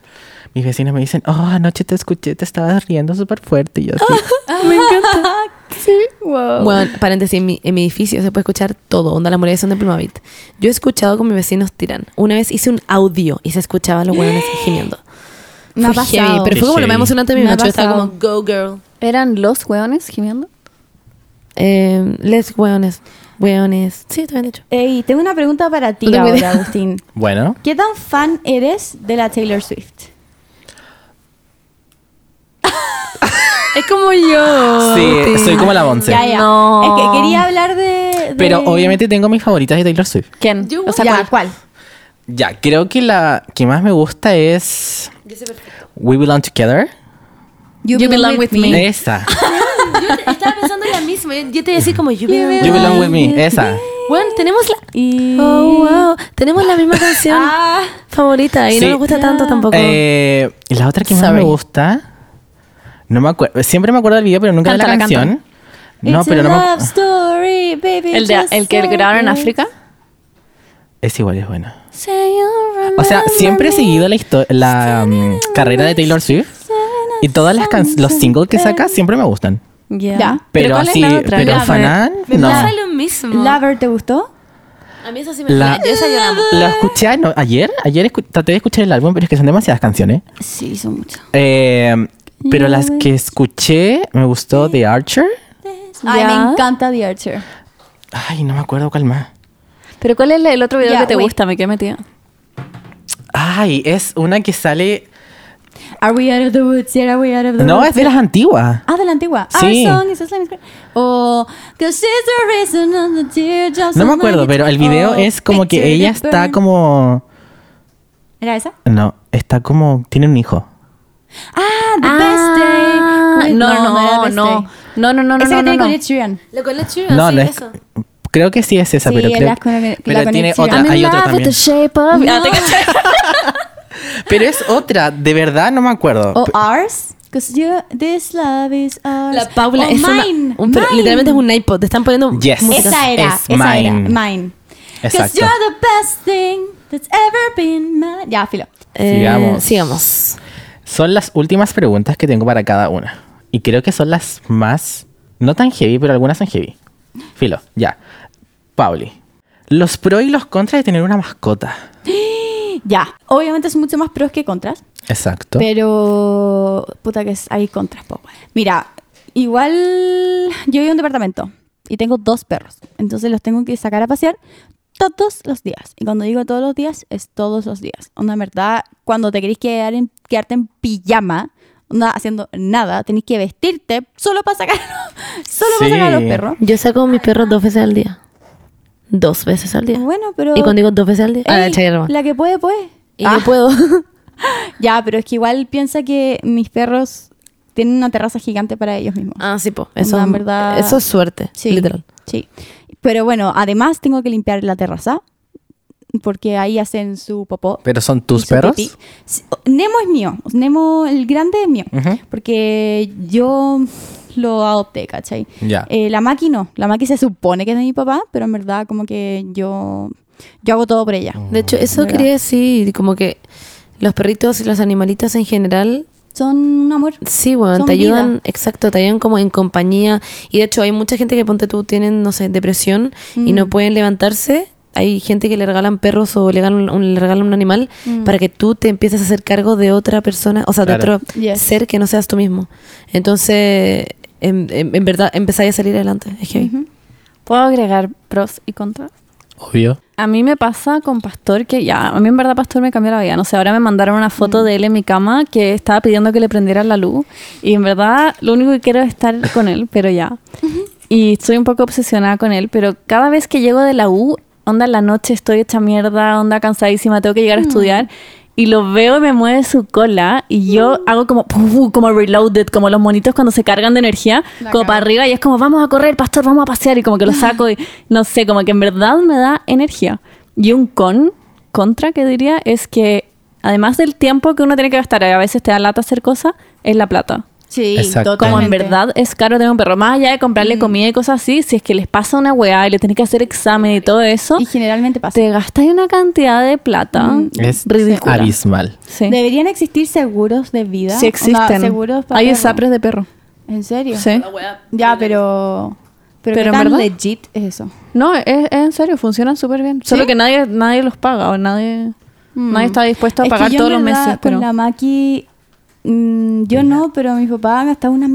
mis vecinos me dicen, oh, anoche te escuché, te estabas riendo súper fuerte y yo así.
Wow.
Bueno, paréntesis, en mi, en mi edificio se puede escuchar todo. Onda, las murallas son de Plumavit. Yo he escuchado con mis vecinos tiran. Una vez hice un audio y se escuchaba a los hueones gimiendo.
Me ha
Fue heavy,
pasado.
pero
Qué
fue como lo más
heavy.
emocionante de mi
Me ha
noche. Yo estaba
pasado.
como, go girl.
¿Eran los hueones gimiendo?
Eh, les hueones. Hueones. Sí, está bien dicho.
Ey, tengo una pregunta para ti
No tengo
ahora,
idea.
Agustín.
Bueno,
¿Qué tan fan eres de la Taylor Swift?
Es como yo.
sí, soy como la once.
Ah, Ya, ya.
No.
Es que quería hablar de... de-
Pero obviamente tengo mis favoritas de Taylor Swift.
¿Quién? O sea,
ya, ¿cuál?
Ya, creo que la que más me gusta es We Belong Together.
You belong with me. Sí.
Esa.
Yo estaba pensando en la misma. Yo te iba a decir como, yo
You Belong With Me. Esa.
Bueno, tenemos la...
Y...
Oh, wow. Tenemos la misma canción
Ah.
favorita y
Sí.
no nos gusta tanto tampoco.
Eh, y la otra que más
Sorry.
me gusta. No me acuerdo. Siempre me acuerdo del video, pero nunca de la
Cántala,
canción. No,
It's
pero
a
no me
love story, baby,
el, de,
just
el que
say
grabaron
it.
en África.
Es igual, es buena.
Say you
Eh, O sea,
remember
siempre he
me.
seguido la, um, histo- la mm, carrera de Taylor Swift. Y todas las can- los singles que saca siempre me gustan.
Ya.
Ya.
¿Pero
Pero
cuál es
así,
la otra?
pero
Lover.
Fanan,
Me
no.
pasa lo mismo.
Lover, ¿te gustó?
A mí eso sí me
La,
Yo esa yo la amo.
la escuché ano- ayer, ayer escu- traté de escuchar el álbum, pero es que son demasiadas canciones.
Sí, hizo mucho.
Eh, pero las que escuché, me gustó The Archer.
Ay,
Ya.
me encanta The Archer.
Ay, no me acuerdo cuál más.
¿Pero cuál es el otro video
Ya,
que te
wait.
gusta? Me quedé metida.
Ay, es una que sale...
Are we out of the woods? Yeah, are we out of the
No,
woods?
es de las antiguas.
Ah, de la antigua.
Sí.
Our song is a slang- O... "'Cause she's Oh, the reason of the teardrops
No me
on my
acuerdo,
guitar".
pero el video
O,
es como que
Oh, "Picture
ella
the
está
burn".
como...
¿Era esa?
No, está como... Tiene un hijo.
Ah, The
Ah,
Best Day. Wait,
no,
era
no,
Best
no.
Day.
No, no, no, no,
Esa
no,
que
no,
tiene
no.
con Ed Sheeran.
Lo con la chiva,
No,
sí,
no es...
eso.
Creo que sí es esa,
Sí,
pero
es
creo
la con- la
pero tiene
conexión.
otra,
I'm
hay otra
Ah, with the
también.
shape of... Ah, te caché.
Pero es otra, de verdad no me acuerdo.
O Oh, Ours. Because you, this love is ours.
La Paula
O
es una-
mine,
un- pero
mine.
literalmente es un iPod. Te están poniendo
Yes.
música.
Esa era,
Es
esa
mine.
era. Mine. Because
Exacto.
you're the best thing that's ever been mine. Ya, filo.
Eh,
Sigamos.
sigamos.
Son las últimas preguntas que tengo para cada una. Y creo que son las más, no tan heavy, pero algunas son heavy. Filo, ya. Pauli. Los pros y los contras de tener una mascota.
Ya. Obviamente es mucho más pros que contras.
Exacto.
Pero, puta que es, hay contras, po. Mira, igual yo vivo en un departamento y tengo dos perros. Entonces los tengo que sacar a pasear todos los días. Y cuando digo todos los días, es todos los días. Onda, en verdad, cuando te querés quedar en- quedarte en pijama, onda, haciendo nada, tenés que vestirte solo para sacar, solo para
Sí.
sacar a los perros.
Yo saco a mis perros dos veces al día. Dos veces al día.
Bueno, pero...
Y cuando digo dos veces al día. ah,
Ey,
chaca, no.
la que puede, puede.
Y yo puedo.
Ya, pero es que igual piensa que mis perros tienen una terraza gigante para ellos mismos.
ah, sí, po. Eso,
Onda, en verdad-
eso es suerte. Literal.
Sí. Pero bueno, además tengo que limpiar la terraza porque ahí hacen su popó.
Pero son
y su pipí. Sí, oh, Nemo es mío. Nemo, el grande es mío.
Ujú.
Porque yo lo adopté, ¿cachai?
Ya.
Eh, la Maki no. La Maki se supone que es de mi papá, pero en verdad como que yo, yo hago todo por ella.
Oh.
De hecho, eso
¿verdad?
quería decir. Como que los perritos y los animalitos en general
Son un amor.
Sí, bueno,
Son
te
vida.
ayudan, exacto, te ayudan como en compañía. Y de hecho, hay mucha gente que ponte tú, tienen, no sé, depresión y
Mm.
no pueden levantarse. Hay gente que le regalan perros o le regalan un, le regalan un animal
Mm.
para que tú te empieces a hacer cargo de otra persona, o sea, de
Claro.
otro
Yes.
ser que no seas tú mismo. Entonces, en, en- en verdad, empezáis a salir adelante. Es que
¿Puedo agregar pros y contras?
Obvio.
A mí me pasa con Pastor que ya, a mí en verdad Pastor me cambió la vida. No sé, ahora me mandaron una foto de él en mi cama que estaba pidiendo que le prendieran la luz y en verdad lo único que quiero es estar con él, pero ya. Y estoy un poco obsesionada con él, pero cada vez que llego de la U, onda en la noche estoy hecha mierda, onda cansadísima, tengo que llegar a estudiar. Y lo veo y me mueve su cola y yo hago como puf, como reloaded, como los monitos cuando se cargan de energía, como para arriba y es como vamos a correr, pastor, vamos a pasear y como que lo saco y no sé, como que en verdad me da energía. Y un con, contra que diría, es que además del tiempo que uno tiene que gastar, a veces te da lata hacer cosas, es la plata.
Sí,
Exacto.
Como en
totalmente.
verdad es caro tener un perro. Más allá de comprarle comida y cosas así, si es que les pasa una weá y le tenés que hacer examen y Mm. todo eso,
Y generalmente pasa.
te gastas una cantidad de plata
Es
ridícula.
abismal.
Sí.
Deberían existir seguros de vida.
Sí
Onda,
existen.
seguros para
Hay
perros.
sapres de perro.
¿En serio?
Sí.
Ya, pero. Pero,
Pero
¿qué
en
tan
verdad-
legit es eso?
No, es, es en serio, funcionan súper bien. Solo que nadie, nadie los paga o nadie, nadie está dispuesto a
Mm. Es que
pagar
yo, en
todos los
verdad,
meses.
Con
Pero...
la Maki. mm, yo no, pero mi papá ha gastado una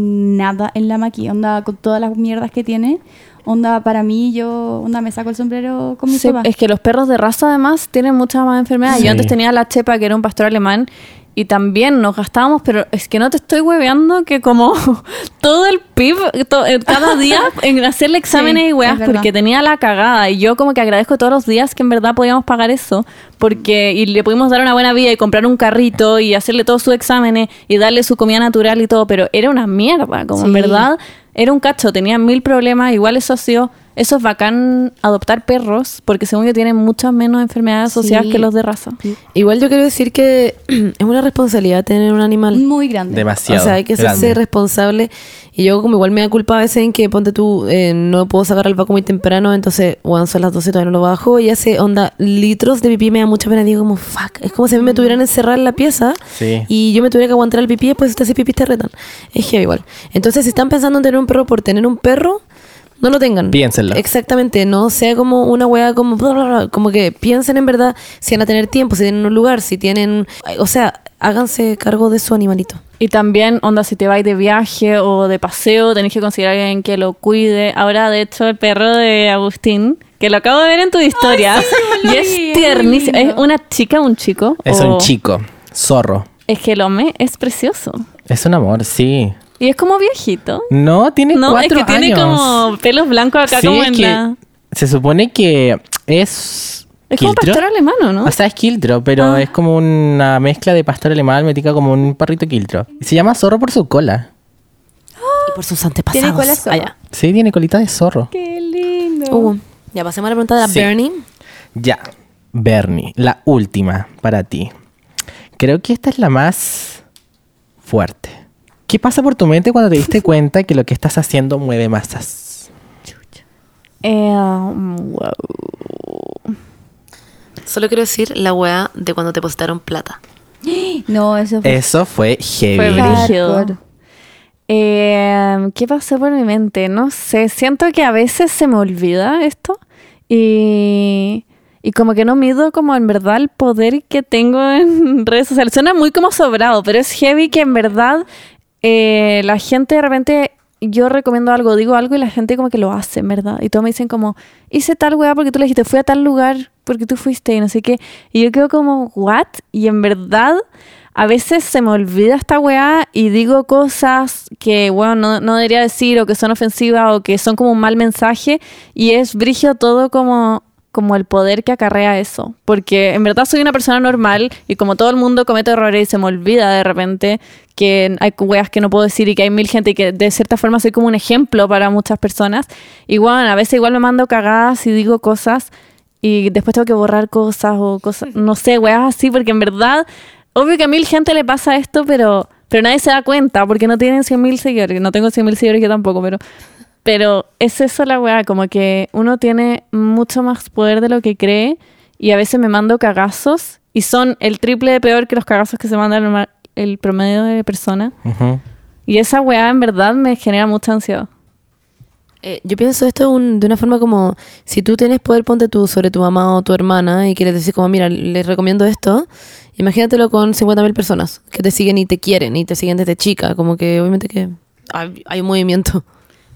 millonada en la Maki. Onda, con todas las mierdas que tiene. Onda, para mí, yo. Onda, me saco el sombrero con mi
Sí,
papá.
es que los perros de raza además tienen muchas más enfermedades.
Sí.
Yo antes tenía la chepa, que era un pastor alemán, y también nos gastábamos, pero es que no te estoy hueveando que como todo el PIB, to- eh, cada día en hacerle exámenes
Sí,
y weas,
es verdad.
porque tenía la cagada. Y yo como que agradezco todos los días que en verdad podíamos pagar eso, porque y le pudimos dar una buena vida y comprar un carrito y hacerle todos sus exámenes y darle su comida natural y todo, pero era una mierda, como en
Sí.
verdad era un cacho, tenía mil problemas, igual eso ha sido Eso es bacán adoptar perros, porque según yo tienen muchas menos enfermedades asociadas
Sí.
que los de raza.
Igual yo quiero decir que es una responsabilidad tener un animal.
Muy grande.
Demasiado.
O sea, hay que
grande.
hacerse responsable. Y yo como igual me da culpa a veces en que, ponte tú, eh, no puedo sacar al vaco muy temprano, entonces, bueno, son las 12 y todavía no lo bajo. Y hace, onda, litros de pipí me da mucha pena. Digo como, fuck, es como si a mí me tuvieran encerrada en la pieza
Sí.
y yo me tuviera que aguantar el pipí, después si te hace pipí te retan. Es heavy igual. Entonces, si están pensando en tener un perro por tener un perro... No lo tengan.
Piénsenlo.
Exactamente, no sea como una wea como bla, bla, bla, como que piensen en verdad si van a tener tiempo, si tienen un lugar, si tienen, o sea, háganse cargo de su animalito.
Y también, onda, si te vais de viaje o de paseo, tenés que considerar a alguien que lo cuide. Ahora, de hecho, el perro de Agustín, que lo acabo de ver en tu historia, y es tiernísimo. Es una chica, un chico.
Es
o-
un chico, zorro.
Es que el hombre es precioso.
Es un amor, sí.
Y es como viejito.
No, tiene
No, es
cuatro
que tiene
años.
como pelos blancos acá
Sí,
como
es
en
que
la...
Se supone que es...
Es como
quiltro.
pastor alemano, ¿no?
O sea, es quiltro, pero es como una mezcla de pastor alemán, almetica como un perrito quiltro. Y se llama zorro por su cola.
Y por sus antepasados.
Tiene cola sola.
Allá.
Sí, tiene colita de zorro.
Qué lindo.
Hugo, ya pasemos a la pregunta de la
Sí.
Bernie.
Ya, Bernie, la última para ti. Creo que esta es la más fuerte. ¿Qué pasa por tu mente cuando te diste cuenta que lo que estás haciendo mueve masas?
Eh, um, wow.
Solo quiero decir la weá de cuando te postaron plata.
No, eso fue.
Eso fue
Fue
heavy.
brillo.
brígido.
Hardcore.
Eh, ¿Qué pasó por mi mente? No sé, siento que a veces se me olvida esto y, y como que no mido como en verdad el poder que tengo en redes sociales. Suena muy como sobrado, pero es heavy que en verdad eh, la gente de repente... Yo recomiendo algo, digo algo y la gente como que lo hace, en ¿verdad? Y todos me dicen como, hice tal weá porque tú le dijiste, fui a tal lugar porque tú fuiste y no sé qué. Y yo quedo como, ¿what? Y en verdad a veces se me olvida esta weá y digo cosas que, bueno, no, no debería decir o que son ofensivas o que son como un mal mensaje y es brigio todo como, como el poder que acarrea eso. Porque en verdad soy una persona normal y como todo el mundo cometo errores y se me olvida de repente que hay weas que no puedo decir y que hay mil gente y que de cierta forma soy como un ejemplo para muchas personas. Y bueno, a veces igual me mando cagadas y digo cosas y después tengo que borrar cosas o cosas, no sé, weas así, porque en verdad, obvio que a mil gente le pasa esto, pero, pero nadie se da cuenta porque no tienen 100 mil seguidores. No tengo 100 mil seguidores yo tampoco, pero, pero es eso la wea, como que uno tiene mucho más poder de lo que cree y a veces me mando cagazos y son el triple de peor que los cagazos que se mandan normal- el promedio de persona.
Ujú.
Y esa weá en verdad me genera mucha ansiedad.
Eh, yo pienso esto un- de una forma como, si tú tienes poder, ponte tú sobre tu mamá o tu hermana y quieres decir como, mira, les recomiendo esto, imagínatelo con 50.000 personas que te siguen y te quieren y te siguen desde chica, como que obviamente que hay, hay un movimiento.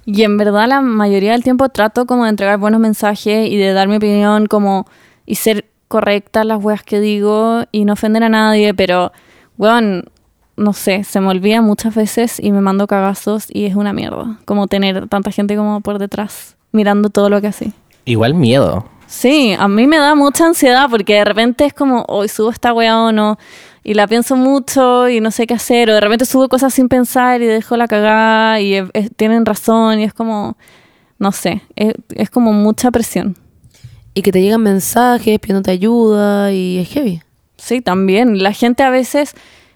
Y en verdad la mayoría del tiempo trato como de entregar buenos mensajes y de dar mi opinión como y ser correcta en las weas que digo y no ofender a nadie, pero weón, no sé, se me olvida muchas veces y me mando cagazos y es una mierda, como tener tanta gente como por detrás mirando todo lo que así.
Igual miedo.
Sí, a mí me da mucha ansiedad porque de repente es como, hoy subo esta weá o no, y la pienso mucho y no sé qué hacer, o de repente subo cosas sin pensar y dejo la cagada y eh, eh, tienen razón y es como, no sé, es, es como mucha presión.
Y que te llegan mensajes pidiéndote ayuda y es heavy.
Sí, también. La gente a veces,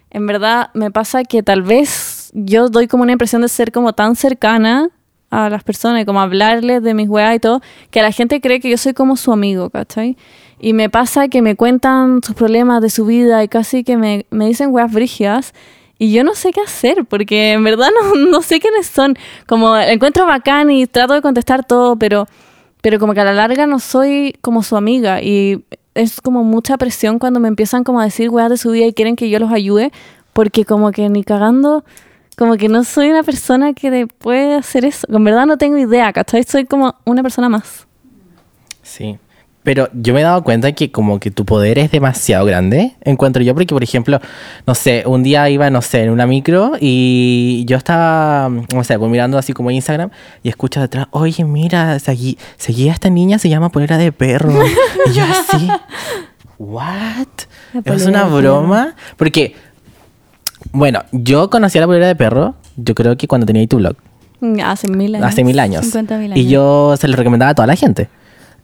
en verdad, me pasa que tal vez yo doy como una impresión de ser como tan cercana a las personas, y como hablarles de mis weas y todo, que la gente cree que yo soy como su amigo, ¿cachai? Y me pasa que me cuentan sus problemas de su vida y casi que me, me dicen weas brígidas. Y yo no sé qué hacer, porque en verdad no, no sé quiénes son. Como encuentro bacán y trato de contestar todo, pero pero como que a la larga no soy como su amiga y es como mucha presión cuando me empiezan como a decir weas de su vida y quieren que yo los ayude porque como que ni cagando, como que no soy una persona que le puede hacer eso. En verdad no tengo idea, ¿cachai? Soy como una persona más.
Sí. Pero yo me he dado cuenta que como que tu poder es demasiado grande, encuentro yo, porque por ejemplo, no sé, un día iba, no sé, en una micro y yo estaba, no sé, pues mirando así como Instagram y escucho detrás, oye, mira, seguí, seguí a esta niña, se llama Polera de Perro. y yo así, ¿what?
La
¿Es
polera
una
de perro.
broma? Porque, bueno, yo conocí a la Polera de Perro, yo creo que cuando tenía tu blog.
Hace mil años.
hace mil años.
50.000
Y
años.
yo se lo recomendaba a toda la gente.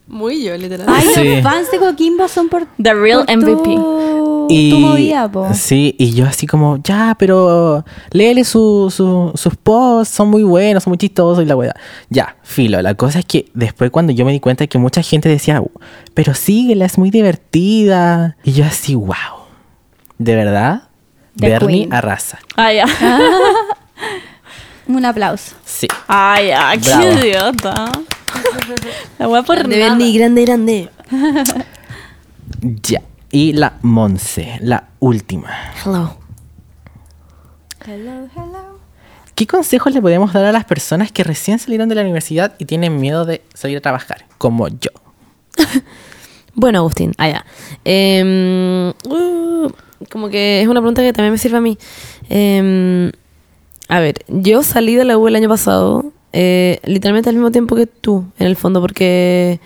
Muy yo, literal.
Ay,
Sí.
los fans de Coquimbo son por
The real
por
MVP.
Tu,
Y,
tu movida, po.
Sí, y yo así como, ya, pero léele su- su- sus posts, son muy buenos, son muy chistosos y la weá. Ya, filo. La cosa es que después cuando yo me di cuenta que mucha gente decía, pero síguela, es muy divertida. Y yo así, wow. De verdad,
The
Bernie
Queen.
arrasa.
Ah, ya.
Un aplauso.
Sí.
Ah, ya. Qué
Bravo.
idiota. La voy a por
Grande,
nada.
Bernie, grande, grande.
Ya. Y la Monse, la última.
Hello.
¿Qué consejos le podemos dar a las personas que recién salieron de la universidad y tienen miedo de salir a trabajar? Como yo.
Bueno, Agustín, ah, allá. uh, como que es una pregunta que también me sirve a mí. Em, a ver, yo salí de la U el año pasado, eh, literalmente al mismo tiempo que tú, en el fondo, porque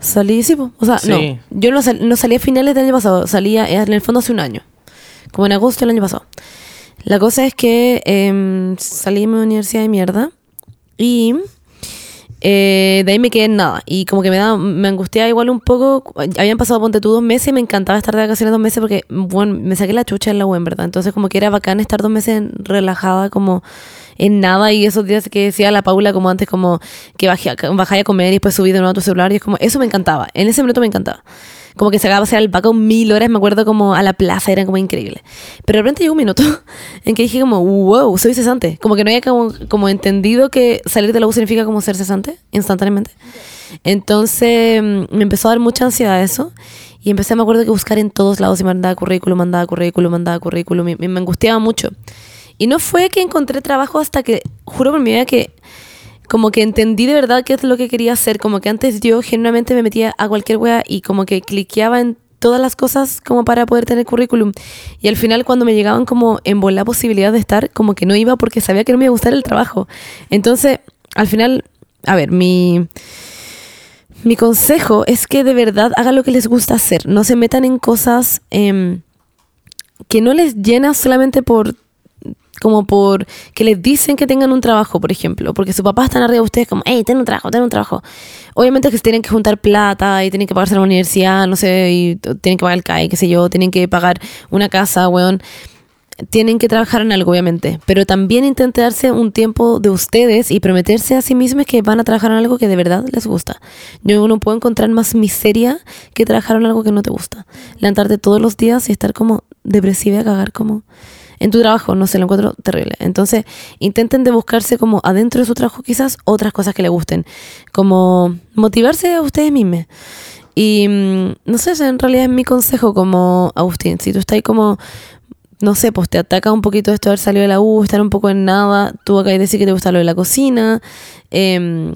salí, sí, po, o sea,
Sí.
no, yo no, sal- no salí a finales del año pasado, salía en el fondo hace un año, como en agosto del año pasado. La cosa es que em, salí de mi universidad de mierda y eh, de ahí me quedé en nada. Y como que me da, me angustiaba igual un poco. Habían pasado, ponte tú, dos meses y me encantaba estar de vacaciones dos meses porque, bueno, me saqué la chucha en la U, en verdad. Entonces como que era bacán estar dos meses en- relajada, como en nada. Y esos días que decía la Paula como antes, como que bajé a, bajé a comer y después subí de nuevo a tu celular. Y es como, eso me encantaba. En ese minuto me encantaba. Como que se acaba de pasear al Paco mil horas, me acuerdo como a la plaza, era como increíble. Pero de repente llegó un minuto en que dije como, wow, soy cesante. Como que no había como, como entendido que salir de la U significa como ser cesante instantáneamente. Entonces mm, me empezó a dar mucha ansiedad eso. Y empecé, me acuerdo que buscar en todos lados y mandaba currículum, mandaba currículum, mandaba currículum. Y, y me angustiaba mucho. Y no fue que encontré trabajo hasta que, juro por mi vida que como que entendí de verdad qué es lo que quería hacer. Como que antes yo genuinamente me metía a cualquier wea y como que cliqueaba en todas las cosas como para poder tener currículum. Y al final cuando me llegaban como en la posibilidad de estar, como que no iba porque sabía que no me iba a gustar el trabajo. Entonces, al final, a ver, mi... Mi consejo es que de verdad hagan lo que les gusta hacer. No se metan en cosas em, que no les llena solamente por como por que les dicen que tengan un trabajo, por ejemplo, porque su papá están arriba de ustedes como, hey, ten un trabajo, ten un trabajo. Obviamente que se tienen que juntar plata y tienen que pagarse la universidad, no sé, y t- tienen que pagar el CAE, qué sé yo, tienen que pagar una casa, weón. Tienen que trabajar en algo, obviamente, pero también intentarse un tiempo de ustedes y prometerse a sí mismos que van a trabajar en algo que de verdad les gusta. Yo no puedo encontrar más miseria que trabajar en algo que no te gusta. Levantarte todos los días y estar como depresiva, y a cagar como en tu trabajo, no sé, lo encuentro terrible. Entonces, intenten de buscarse como adentro de su trabajo quizás otras cosas que le gusten, como motivarse a ustedes mismos. Y mm, no sé, ese en realidad es mi consejo como Agustín, si tú estás ahí como no sé, pues te ataca un poquito esto de haber salido de la U, estar un poco en nada, tú acá y decir que te gusta lo de la cocina, em,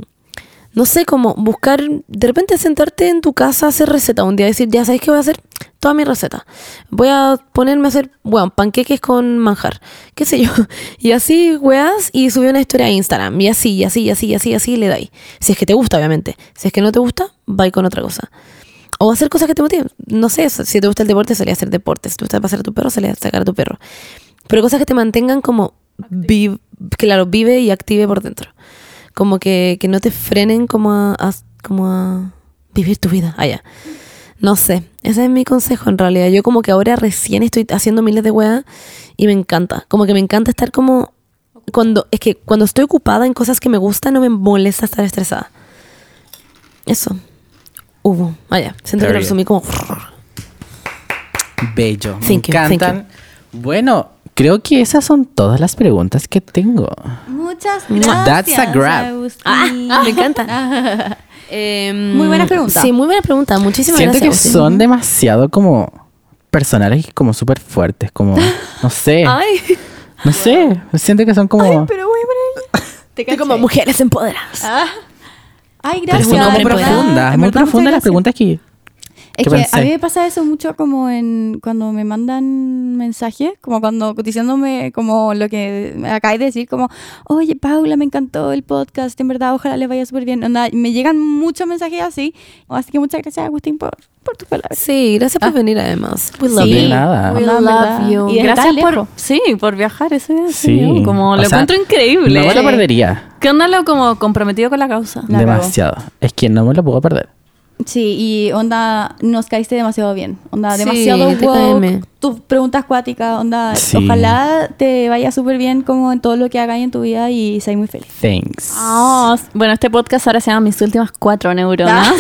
no sé, como buscar, de repente sentarte en tu casa a hacer receta un día, decir, ya sabes qué voy a hacer, toda mi receta. Voy a ponerme a hacer, bueno, panqueques con manjar, qué sé yo. Y así, weas, y subí una historia a Instagram, y así, y así, y así, y así, y así, y le dais. Si es que te gusta, obviamente. Si es que no te gusta, va con otra cosa. O hacer cosas que te motiven. No sé, si te gusta el deporte, salí a hacer deporte. Si te gusta pasar a tu perro, salí a sacar a tu perro. Pero cosas que te mantengan como, viv- claro, vive y active por dentro. Como que, que no te frenen como a, a- como a vivir tu vida Ah, allá. No sé, ese es mi consejo en realidad. Yo como que ahora recién estoy haciendo miles de weas y me encanta. Como que me encanta estar como... Cuando, es que cuando estoy ocupada en cosas que me gustan, no me molesta estar estresada. Eso. Hubo. Allá. Siento que lo
Very
resumí como...
Bello. Me
Thank you, thank
encantan. Bueno, creo que esas son todas las preguntas que tengo.
Muchas gracias.
Mua. That's a grab.
Agustín.
Ah, me encanta.
Muy buena pregunta.
Em, Sí, muy buena pregunta. Muchísimas
Siento que
gracias. Agustín.
son demasiado como personales y como súper fuertes, como no sé,
Ay,
no sé, siento que son como
Pero voy a poner- Te
estoy como
caché.
mujeres empoderadas.
Ah. Ay,
pero
gracias.
son muy
hombre
en verdad,
profundas,
en
muy
verdad, muchas
profundas las
gracias.
preguntas que
Es
que
que
pensé.
a mí me pasa eso mucho como en cuando me mandan un mensaje, como cuando diciéndome como lo que me acabáis de decir, como, oye Paula, me encantó el podcast, en verdad, ojalá les vaya súper bien. Onda, me llegan muchos mensajes así, así que muchas gracias Agustín por, por tus palabras.
Sí, gracias por venir además. Ah. We love
De
you.
nada.
We
We
love
love
you.
you.
Y
Gracias
está lejos.
por, sí, por viajar. Eso es
Sí.
sí. Como
O
lo
sea,
encuentro increíble.
No me lo
Sí.
perdería.
¿Qué onda lo como comprometido con la causa?
La cagó.
Demasiado. Es que no me lo puedo perder.
Sí, y onda, nos caíste demasiado bien. Onda,
Sí,
demasiado
TKM.
woke. Tus preguntas cuáticas, onda.
Sí.
Ojalá te vaya súper bien como en todo lo que hagas en tu vida y seas muy feliz.
Thanks.
Ah, bueno, este podcast ahora se llama Mis últimas cuatro neuronas.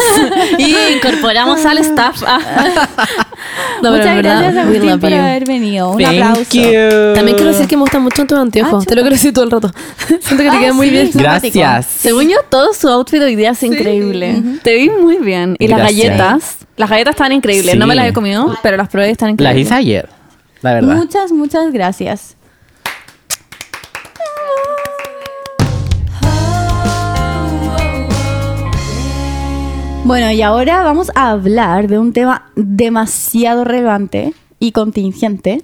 y incorporamos al staff. Ah.
No, pero
Muchas
en verdad,
gracias,
we
Agustín,
love
por
you.
haber venido. Un
Thank
aplauso.
you.
También quiero decir que me gustan mucho tus anteojos. te lo quiero decir todo el rato. Siento que te
Ah,
quedan muy
sí,
bien.
sí. dramático.
Gracias.
Según yo, todo su outfit hoy día es increíble. Te vi muy bien. Y las
Gracias.
galletas. Las galletas están increíbles.
Sí.
No me las he comido, pero las probé y están
Las
increíbles.
hice ayer. La verdad.
Muchas, muchas gracias. Bueno, y ahora vamos a hablar de un tema demasiado relevante y contingente.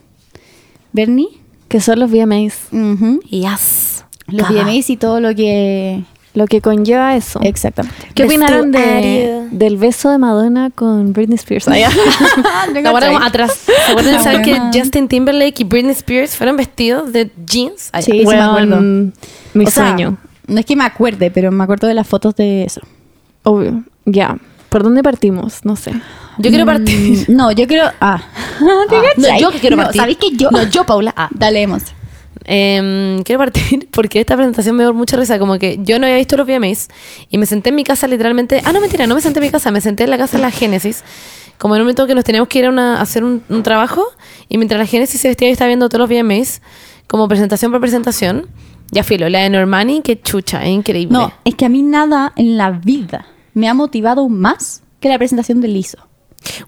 Bernie,
que son los VMAs.
ujú,
Yes.
los VMAs y todo lo que...
Lo que conlleva eso.
Exactamente.
¿Qué
Let's
opinaron
do
de,
audio.
del beso de Madonna con Britney Spears? Ah, ya.
La guarda como atrás. ¿Se acuerdan de saber que
Buena.
Justin Timberlake y Britney Spears fueron vestidos de jeans? Ay,
Sí, sí me acuerdo.
Weón, Mi
O sea,
sueño.
No es que me acuerde, pero me acuerdo de las fotos de eso.
Obvio. Ya. ¿Por dónde partimos? No sé.
Yo
Mm.
quiero partir.
No, yo quiero... Ah.
No, yo que quiero partir.
¿Sabéis que yo...?
No, yo, Paula. Ah.
Dale, Emos.
Em, quiero partir porque esta presentación me dio mucha risa. Como que yo no había visto los VMAs y me senté en mi casa literalmente. Ah, no, mentira, no me senté en mi casa, me senté en la casa de la Génesis. Como en un momento que nos teníamos que ir a una- a hacer un, un trabajo y mientras la Génesis se vestía y estaba viendo todos los VMAs, como presentación por presentación, ya filo, la de Normani, que chucha, es increíble.
No, es que a mí nada en la vida me ha motivado más que la presentación de Lizo.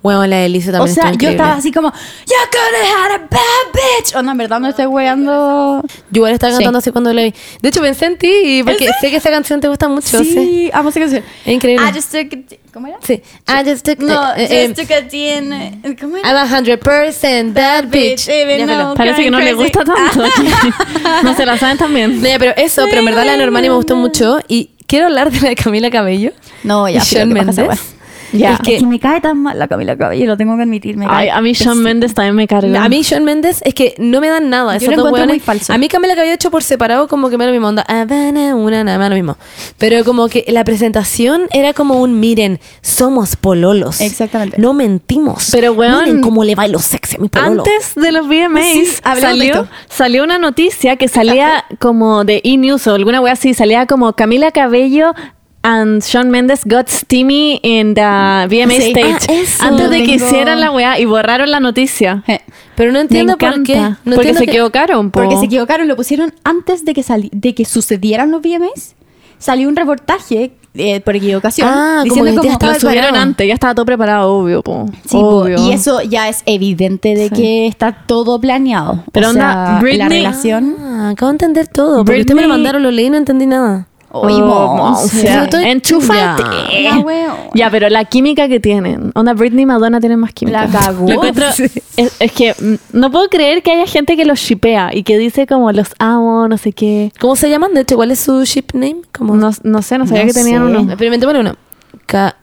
Bueno, la de Lizzo
O
también
sea,
estuvo
yo
increíble.
estaba así como, Yo gonna have a bad bitch. Onda, en verdad no estoy weando.
Yo igual estaba
Sí.
cantando así cuando la vi. De hecho, pensé en ti y porque sé que esa canción te gusta mucho. Sí.
Sí, amo esa canción. Ah,
Es increíble.
I just took a di- ¿Cómo era?
Sí. I just took
No,
eh, eh, ah,
just took a DN. ¿Cómo era?
I'm a hundred percent that bitch.
Bitch, even
Ya,
though-
pero,
Parece que no le
Crazy.
gusta tanto. no se la saben también.
No, ya, pero eso, pero en verdad la Normani me gustó mucho y quiero hablar de la de Camila Cabello.
No, ya.
y Shawn
fíjate, baja esa
Mendes.
wea.
Ya.
Es, que, me cae tan mal la Camila Cabello, lo tengo que admitir. Me
Ay,
cae
a mí Shawn Mendes también me cargó.
A mí Shawn Mendes es que no me dan nada.
Yo lo
Esos dos
encuentro
hueones.
muy falso.
A mí Camila Cabello hecho por separado como que me da lo mismo. Onda, "Ah, Habana, una, nada más lo mismo. Pero como que la presentación era como un miren, somos pololos.
Exactamente.
No mentimos.
Pero, weón,
Miren cómo le bailo sexy a mi pololo.
Antes de los VMAs
Sí, hablemos de
salió,
esto.
salió una noticia que salía como de E-News o alguna wea así, salía como Camila Cabello and Shawn Mendes got steamy in the VMA
Sí.
stage.
Ah, eso.
Antes de que
Tengo-
hicieran la wea y borraron la noticia.
Eh,
Pero no entiendo
Me
por qué.
encanta.
No
porque
entiendo
se
que-
equivocaron. po.
Porque se equivocaron, lo pusieron antes de que, sali- de que sucedieran los VMAs. Salió un reportaje eh, por equivocación
Ah, como
diciendo
que ya
como,
estaba
Lo subieron
preparado.
antes, ya estaba todo preparado, obvio, po.
Sí, po,
obvio.
y eso ya es evidente de
Sí.
que está todo planeado. O
Pero
sea, la
onda, Britney-
relación.
Ah, acabo de entender todo. Porque ustedes me
Britney-
lo mandaron, lo leí y no entendí nada.
Oye,
Oh,
vos,
o
sí.
sea,
Estoy-
enchúfate.
Ya. Ya, weón.
Ya, pero la química que tienen. Onda, Britney y Madonna tienen más química.
La cagó.
Lo encuentro- es, es que mm, no puedo creer que haya gente que los shipea y que dice como los amo, no sé qué.
¿Cómo se llaman? De hecho, ¿cuál es su ship name? Como...
No, no sé, no sabía
No
que tenían
sé.
uno.
Experimentémosle uno. Ca...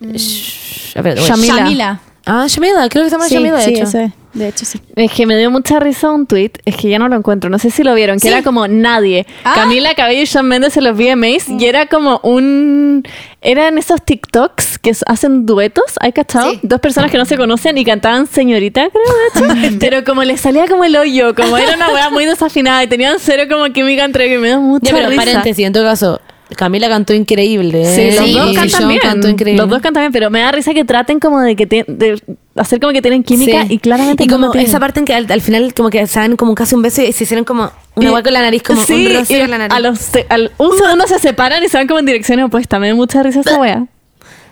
Sh- espérate, voy.
Shamila.
Mm. Shamila.
Ah, Shamida. Creo que se llama
Sí,
Shamida, de
sí,
hecho.
eso es. De hecho, sí.
Es que me dio mucha risa un tweet, es que ya no lo encuentro, no sé si lo vieron, que era como nadie.
Ah.
Camila Cabello y Shawn Mendes en los VMAs y era como un... Eran esos TikToks que s- hacen duetos, ¿hay cachado? Dos personas que no se conocen y cantaban señorita, creo, de hecho. Pero como les salía como el hoyo, como era una weá muy desafinada y tenían cero como química entre que me dio mucha
Ya, pero
risa.
paréntesis, en todo caso, Camila cantó increíble.
Sí,
¿eh?
los
Y
dos cantan
Sean
bien.
cantó increíble.
Los dos cantan bien, pero me da risa que traten como de que te- de hacer como que tienen química
Sí.
y claramente
Y
no
como
lo tienen.
esa parte en que al, al final como que se dan como casi un beso y se hicieron como una hueá con la nariz, como
Sí,
un rocío
y
en la nariz.
A los, se- al- un segundo se separan y se van como en direcciones opuestas. Me da mucha risa esa wea.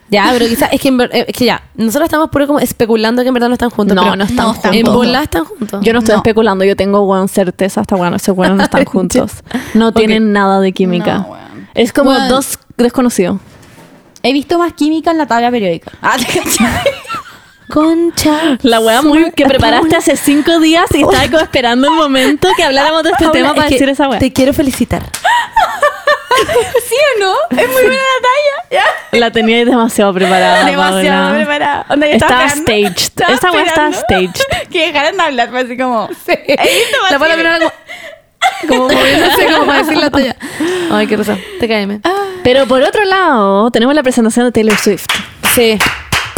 Ya, pero quizás es que, en ver- eh, es que ya, nosotros estamos puro como especulando que en verdad no están juntos.
No,
pero
no están
en
juntos.
En bola están juntos.
Yo no estoy
No.
especulando, yo tengo weón certeza hasta bueno, esos weones no están juntos. No tienen nada de química.
No, weón.
es como
Weón.
dos desconocidos.
He visto más química en la tabla periódica. Ah, ¿te cachai?
Concha.
La weá
su-
muy que
la
preparaste
puta.
hace cinco días y estaba como esperando el momento que habláramos de este
Paula,
tema
es
para
que
decir esa weá.
Te quiero felicitar.
¿Sí o no? Es muy buena la talla.
La tenía demasiado preparada.
Demasiado
Paula.
preparada. Onda, yo
Estaba
esperando-
staged.
estaba
Esa weá estaba
esperando
staged.
Que dejaran de hablar, fue así como.
La Paula miraba como... Como moviéndose como para decir la talla. Ay, qué risa. Te
Ah,
caeme.
Pero por otro lado, tenemos la presentación de Taylor Swift.
Sí.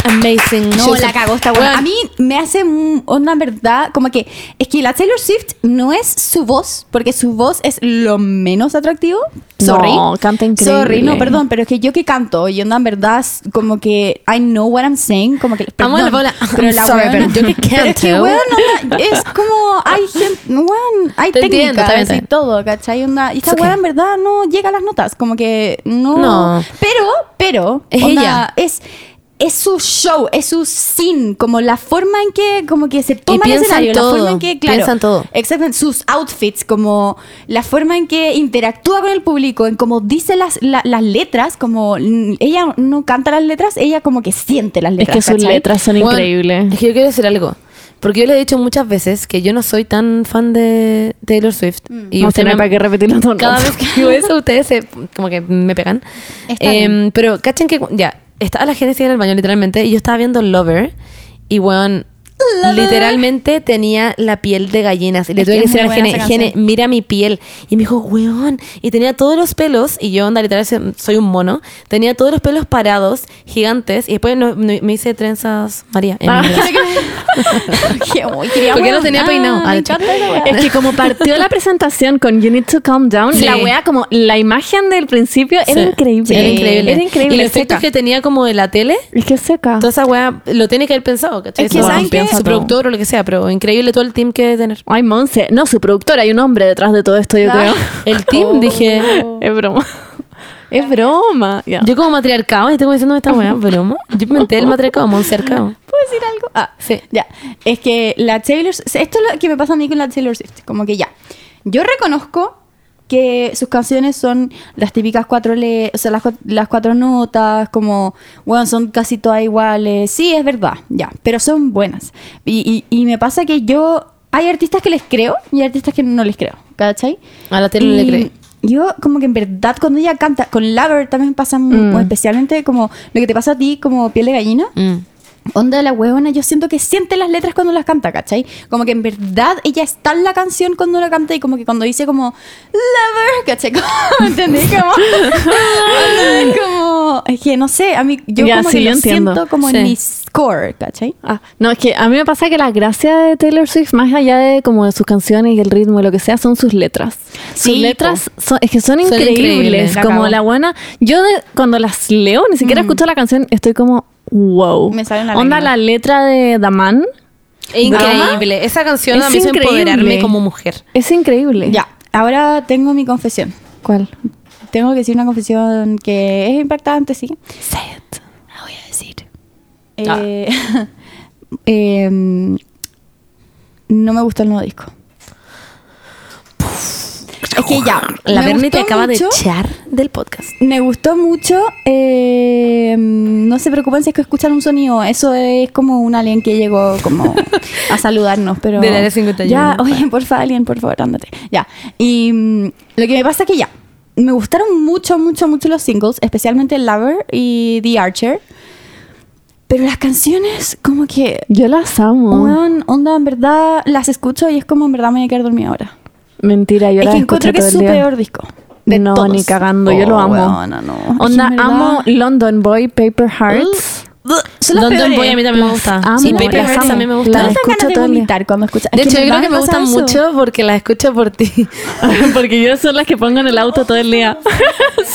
Amazing.
No,
Shows.
la cagó esta
Weón,
weá. A mí me hace un- onda, en verdad, como que es que la Taylor Swift no es su voz, porque su voz es lo menos atractivo. Sorry.
No, canta increíble.
Sorry, no, perdón, pero es que yo que canto y onda, en verdad, es como que I know what I'm saying, como que.
Amo a la
perdón,
Paula,
Pero
I'm
la
sorry,
weona-
pero yo que
Pero es que,
canto.
weón, onda, es como hay gente, weón, hay
Te entiendo,
técnicas
está bien, está
y
bien.
todo, ¿cachai? Onda, y esta
It's okay.
weá, en verdad, no llega a las notas, como que no.
No.
Pero, pero,
Es
onda,
ella.
es es su show, es su scene, como la forma en que como que se toma el
piensan
escenario,
todo,
la forma en que claro,
piensan todo.
exactamente sus outfits, como la forma en que interactúa con el público, en cómo dice las, la- las letras, como mm, ella no canta las letras, ella como que siente las
Es
letras.
que sus
¿cachai?
letras son
Weón,
increíbles.
Es que yo quiero decir algo. Porque yo le he dicho muchas veces que yo no soy tan fan de Taylor Swift.
Y usted no hay
me-
para qué repetirlo todo.
Cada vez que digo eso, ustedes se- como que me pegan.
Está
Em,
bien.
pero cachen que, cu- ya, estaba la Genesis en el baño literalmente y yo estaba viendo Lover y, weón,
Lover.
literalmente tenía la piel de gallinas. Y le
Es
tuve
que
que
es
decir a
muy
la
buena
Gene,
esa
Gene,
canción.
mira mi piel. Y me dijo, weón, y tenía todos los pelos, y yo, onda, literalmente soy un mono, tenía todos los pelos parados, gigantes, y después no- no- me hice trenzas María.
Ah.
en mi brazo.
Dije, "Uy, quería
Porque no
weón".
tenía peinado.
Ah,
Ah,
me
de hecho.
encanta esa weá.
Es que como partió la presentación con You Need to Calm Down,
Sí.
la wea como la imagen del principio era
Sí.
increíble.
Sí, Era increíble.
Era increíble.
Y los efectos
seca.
que tenía como de la tele.
Es que es seca.
Toda esa weá lo tiene Ah. que haber pensado, ¿cachai?
Es que
Su-
¿saben
su-
qué?
Su productor o lo que sea, pero increíble todo el team que debe tener.
Ay, Monse. No, su productora. Hay un hombre detrás de todo esto, yo creo. Oh.
El team, dije.
Es broma. Es broma. Ya.
Yo como matriarcado, y tengo diciendo esta weá, broma. Yo inventé el matriarcado, monsercado.
¿Puedo decir algo? Ah,
Sí.
Ya. Es que la Taylor Esto es lo que me pasa a mí con la Taylor Swift. Como que ya. Yo reconozco que sus canciones son las típicas cuatro le o sea, las, cua- las cuatro notas, como, bueno, son casi todas iguales. Sí, es verdad, ya, pero son buenas. Y, y- y me pasa que yo, hay artistas que les creo y hay artistas que no les creo, ¿cachai?
A la Taylor
Y
le creo.
Yo como que en verdad cuando ella canta, con Lover también pasa, mu- o especialmente como lo que te pasa a ti como piel de gallina,
Mm.
Onda la huevona, yo siento que siente las letras cuando las canta, ¿cachai? Como que en verdad ella está en la canción cuando la canta y como que cuando dice como lover, ¿cachai? Como, ¿Entendí? Como, onda, como- Es que no sé, a mí yo
Ya,
como
sí,
que
yo
lo
entiendo.
siento como
Sí.
en mi score, ¿cachai?
Ah, no, es que a mí me pasa que la gracia de Taylor Swift, más allá de como de sus canciones y el ritmo y lo que sea, son sus letras.
Sí,
sus letras son, es que son,
Son
increíbles.
increíbles,
la
como
acabo.
la buena. Yo de- cuando las leo, ni siquiera escucho la canción, estoy como, wow.
Mm. Me sale una
Onda
lágrima.
la letra de Daman.
Increíble. Esa canción a
Es
mí hizo
increíble.
empoderarme como mujer.
Es increíble.
Ya, ahora tengo mi confesión.
¿Cuál?
Tengo que decir una confesión que es impactante, sí. La voy a decir. Eh,
Ah.
em, no me gustó el nuevo disco. Es que ya.
La
me
Bernie te
gustó
acaba
mucho-
de echar del podcast.
Me gustó mucho. eh, no se preocupen si es que escuchan un sonido. Eso es como un alien que llegó como a saludarnos. Pero
Del área 51.
Ya, oye, porfa, alien, por favor, ándate. Ya. Y mm, lo que me pasa es que ya. Me gustaron mucho, mucho, mucho los singles, especialmente Lover y The Archer. Pero las canciones, como que.
Yo las amo.
Weón, onda, en verdad las escucho y es como en verdad me voy a quedar dormida ahora.
Mentira, yo
es
las
que
escucho
encuentro que
todo
es su
el día.
peor disco. De
no,
todos.
ni cagando, yo lo
Oh,
amo.
weona, no. Es que
Onda,
en verdad-
amo London Boy, Paper Hearts.
Son las
London
peores.
Boy a mí también Ah, me
Las
gusta.
amo,
sí, Paper
las
Hearts
amo.
también me
Las
gusta.
Todas
escucho
esas ganas de
todo el día.
vomitar cuando escuchas.
De
Es
hecho,
en
yo creo
verdad
que me
pasa
gustan
eso.
mucho porque las escucho por ti.
Porque yo son las que pongo en el auto todo el día.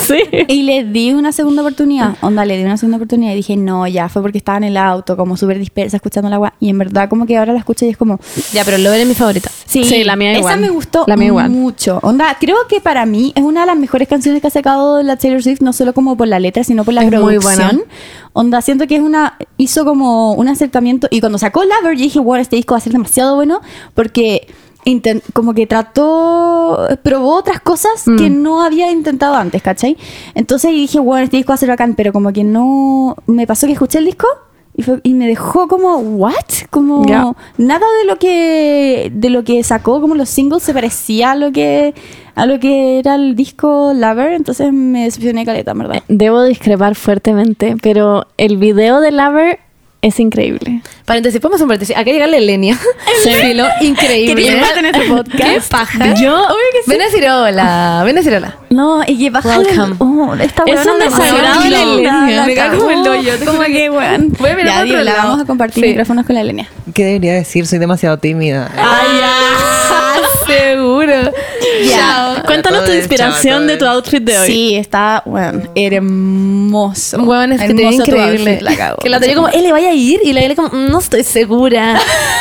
sí.
Y le di una segunda oportunidad.
Mm.
Onda, le di una segunda oportunidad y dije, no, ya, fue porque estaba en el auto, como súper dispersa, escuchando el agua. Y en verdad, como que ahora la escucho y es como.
ya, pero Lover es mi favorita.
Sí,
Sí, la mía igual.
Esa me gustó
La mía igual.
mucho. Onda, creo que para mí es una de las mejores canciones que ha sacado la Taylor Swift, no solo como por la letra, sino por la
Es muy
producción.
buena.
Onda, siento que es una hizo como un acercamiento y cuando sacó Lover yo dije, "Wow, este disco va a ser demasiado bueno" porque inten- como que trató, probó otras cosas que
Mm.
no había intentado antes, ¿cachai? Entonces y dije, bueno, este disco va a ser bacán, pero como que no... Me pasó que escuché el disco Y, fue- y me dejó como, ¿what? Como
Ya.
nada de lo que de lo que sacó como los singles se parecía a lo que a lo que era el disco Lover, entonces me decepcioné caleta, en ¿verdad?
Debo discrepar fuertemente, pero el video de Lover es increíble.
Paréntesis, podemos un paréntesis. Acá llega la Elenia. Se filo increíble.
Quería llevarte en este podcast.
Qué paja.
Yo- Obvio que sí.
Ven a decir hola. Ven a decir hola.
No, y que baja
Welcome.
oh, esta
Es
weona
un
me
desagrado
mató.
la
Elenia,
La
me cae
cagó.
como el hoyo, te
Como
juro
que,
que-
weón.
Voy a mirar
Ya,
para
Dios,
otro
la
lado.
vamos a compartir
Sí.
micrófonos con la Elenia.
¿Qué debería decir? Soy demasiado tímida.
Ay, Ah, seguro.
Chao.
Cuéntanos tu
Chao,
inspiración de tu
chao.
outfit de hoy.
Sí, está, weón, hermoso.
Bueno, es que te ve
Hermoso tu
increíble.
outfit, la cagó.
que la tenía como, él le vaya a ir. Y la Ele como, no estoy segura.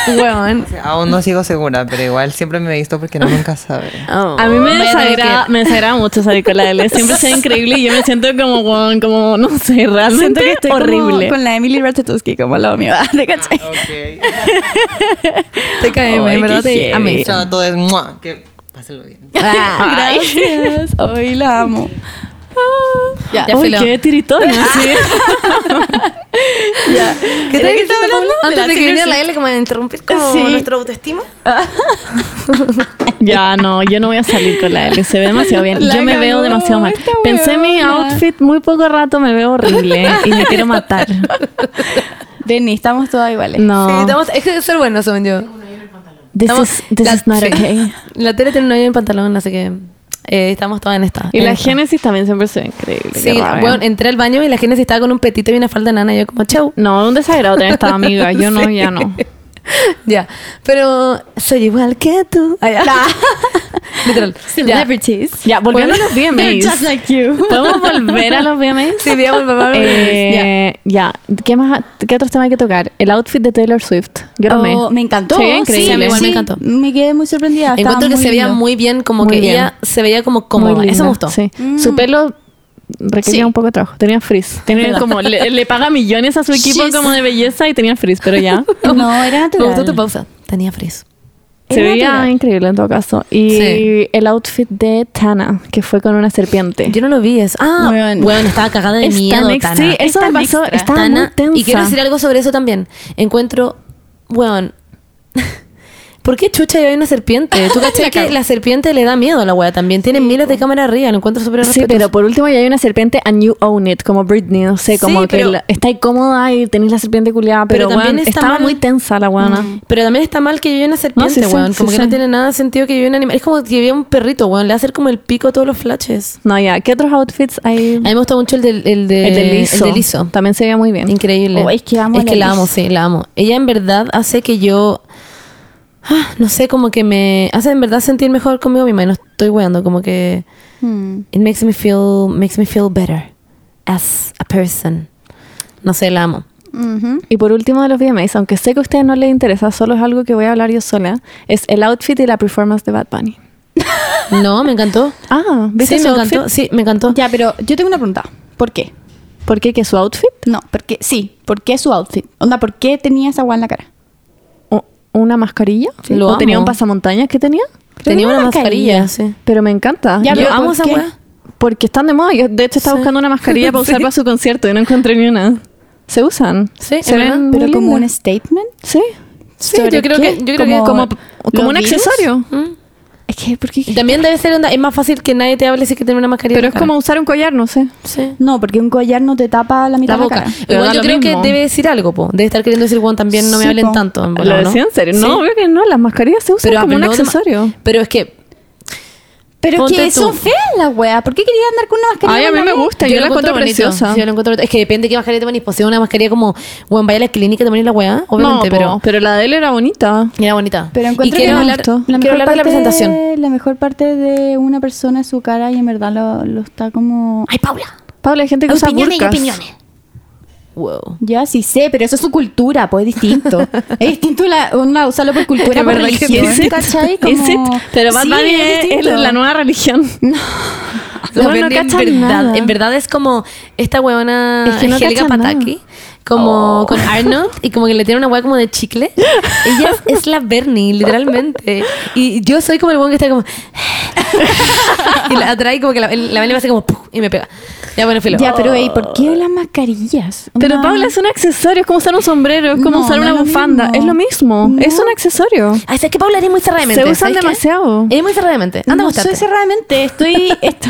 Weón.
Aún no sigo segura, pero igual siempre me he visto porque no nunca sabe.
Oh. A mí me
Bueno,
desagrada,
que-
me desagrada mucho salir con la L. Siempre soy increíble y yo me siento como, weón, como, no sé, realmente
Siento que estoy
horrible.
horrible. con la Emily Ratatouille como al lado mío. ¿Te cachai?
Te cae,
Ay,
en verdad
qué
te amé.
Chao a todos. ¡Mua! Que pásenlo bien.
Ah.
Gracias. Hoy la amo.
Ya,
Uy,
filo.
qué tiritona. sí.
¿Qué
¿De
tal
qué
que
estaba
estaba
hablando?
hablando?
De la
Antes de que
Taylor
viniera
Swift.
la L como a interrumpir como
Sí.
nuestra autoestima.
Ya, no, yo no voy a salir con la L. Se ve demasiado bien.
La
yo me veo
cagó
demasiado mal.
esta
Pensé en mi
weona.
outfit muy poco rato, me veo horrible y me quiero matar.
Denny, estamos todas iguales.
No.
Sí, estamos, es que debe ser bueno, según yo.
This,
Estamos-
Oh. is, this
la-
is not
sí.
okay.
La tele tiene un hoyo en el pantalón, así que eh, estamos todas en esta.
Y
en
la
esta.
Génesis también siempre se ve increíble. qué
Sí,
rabia.
bueno, entré al baño y la Génesis estaba con un petito y una falda nana. Y yo, como, chau.
No, un desagrado tener esta amiga. Yo no,
Sí.
ya no.
Ya. Pero soy igual que tú.
ah.
Ay, ya. Literal. Ya.
Celebrities.
Ya, volviendo
Bueno,
a los VMAs.
Just like you.
¿Podemos volver a los VMAs?
Sí, digamos, papá.
Eh, ya. ¿Qué más? ¿Qué otros temas hay que tocar? El outfit de Taylor Swift. Yo amé.
Oh, me encantó.
Se veía increíble.
Sí, a mí igual me
Sí,
encantó.
Me quedé muy sorprendida. estaba
Encuentro que se veía
lindo.
muy bien, como
Muy
que
bien.
ella se veía como
Muy
cómoda.
linda,
Eso me gustó.
Sí. Su pelo requería
Sí.
un poco de trabajo. Tenía frizz. Tenía
Verdad.
como, le, le paga millones a su equipo
Yes.
como de belleza y tenía frizz, pero ya.
No, era
Me
natural.
gustó tu pausa. Tenía frizz.
Se
Era
veía
natural.
increíble en todo caso. Y
Sí.
el outfit de Tana, que fue con una serpiente.
Yo no lo vi eso. Ah,
Weón.
bueno, estaba cagada de
Es tan
miedo,
ex-
Tana.
sí, eso
Es tan
me pasó.
extra.
Estaba
Tana.
muy tensa.
Y quiero decir algo sobre eso también. Encuentro, weón. ¿Por qué chucha hay una serpiente? Tú cachai que la serpiente le da miedo a la wea también. Tienen miles de cámaras arriba, lo encuentro súper
Sí,
respetuoso.
pero por último ya hay una serpiente and you own it, como Britney, no sé,
Sí,
como que
pero-
la- está incómoda y tenés la serpiente culiada, pero,
Pero también
weón,
está
estaba
mal-
muy tensa la
mm.
guana.
Pero también está mal que lleve una serpiente,
No, sí, sí,
weón. como
sí,
que
sí.
no tiene nada de sentido que lleve un animal. Es como que lleve un perrito, weón. Le va a hacer como el pico a todos los flashes.
No, ya, ¿qué otros outfits hay?
A mí me gusta mucho el del, eh, el de,
el de liso.
El de liso.
También se veía muy bien.
Increíble.
Oh, es que amo a
Es
la
que la
Liz.
amo, sí, la amo. Ella en verdad hace que yo. ah, no sé, como que me hace en verdad sentir mejor conmigo misma. Y no estoy weando, como que.
Hmm.
It makes me feel, makes me feel better as a person. No sé, la amo.
Ujú.
Y por último de los VMAs, aunque sé que a ustedes no les interesa, solo es algo que voy a hablar yo sola, es el outfit y la performance de Bad Bunny.
No, me encantó.
Ah, ¿viste
Sí, me
su
encantó.
outfit?
Sí, me encantó.
Ya, pero yo tengo una pregunta. ¿Por qué?
¿Por qué? ¿Que su outfit?
No, porque sí. ¿Por qué su outfit? Onda, ¿por qué tenía esa agua en la cara?
¿O- ¿Una mascarilla?
Lo
¿O
amo.
tenía un pasamontañas que tenía?
Tenía
Pero
una
una
mascarilla,
mascarilla.
sí.
Pero me encanta.
Ya,
Yo-
pero
amo
¿por
esa
qué?
weá.
Porque están de moda. Yo, de hecho, estaba
Sí.
buscando una mascarilla para usar
Sí.
para su concierto y no encontré ni una. ¿Se usan? ¿Se
Sí, es verdad.
ven
Pero
muy
como un
lindas.
statement.
Sí.
Sí, yo
¿Sobre
creo
qué?
que, yo creo que
Como,
como.
como
¿los
un
virus?
accesorio.
Mm.
Es que, ¿por qué?
Y también debe ser onda, es más fácil que nadie te hable si que tiene una mascarilla. en
Pero
la
es
cara.
como usar un collar, no sé.
Sí.
No, porque un collar no te tapa la mitad
la
de la
boca.
cara.
Pero da
Igual yo
lo
creo
mismo.
que debe decir algo, po. Debe estar queriendo decir, Juan, también no me
Sí,
hablen
po.
tanto. en
¿Lo
verdad, ¿no?
decía en serio? No,
Sí.
veo que no. Las mascarillas se usan como un
habló de ma-
accesorio.
Pero es que
Pero
Ponte
que
tú.
son feas las weas. ¿Por qué quería andar con una mascarilla?
Ay, a
en
mí
la
me
cara?
gusta. Yo, la encuentro
bonito.
preciosa.
Sí, yo la encuentro bonito. Es que depende de qué mascarilla te pones. Pues si es una mascarilla como, bueno, vaya a la clínica y te pones la weá, obviamente,
no, pero,
pero
pero la de él era bonita.
era bonita.
Pero
y
encuentro
quiero
que
hablar,
gusto.
quiero hablar de
parte-
la presentación.
La mejor parte de una persona es su cara y en verdad lo, lo está como...
Ay, Paula.
Paula, hay gente que usa
Opiniones y
burkas.
opiniones. Wow.
Ya, sí sé, pero eso es su cultura, pues es distinto. es distinto la, una usarlo por cultura,
Es
por
verdad que
religión,
sí.
Is it?
¿cachai?
Is it?
Como-
Pero Bad
Sí,
Bunny
es
es, es
distinto.
la nueva religión. No.
La
no
Berni en
cachan
verdad,
nada.
en verdad es como esta weona
Es que no
Angélica
cachan nada.
Pataki, como con Arnold, y como que le tiene una weá como de chicle. Ella es, es la Bernie, literalmente. Y yo soy como el weón que está como. y la atrae como que la, la Bernie me hace como. ¡puf! y me pega. Ya, bueno, filo. Oh.
Ya, pero ey, ¿por
Oh.
qué las mascarillas?
Pero
Onda-
Paula es un accesorio, es como usar un sombrero, es como
No,
usar
no
una
es lo
bufanda,
mismo.
es lo mismo,
No.
es un accesorio.
Ay, ¿sabes que Paula eres muy cerrada de
Se
mente?
usan
¿sabes qué?
demasiado.
Eres muy cerrada de mente. Anda a
no
mostrarte.
soy cerradamente, estoy... esto-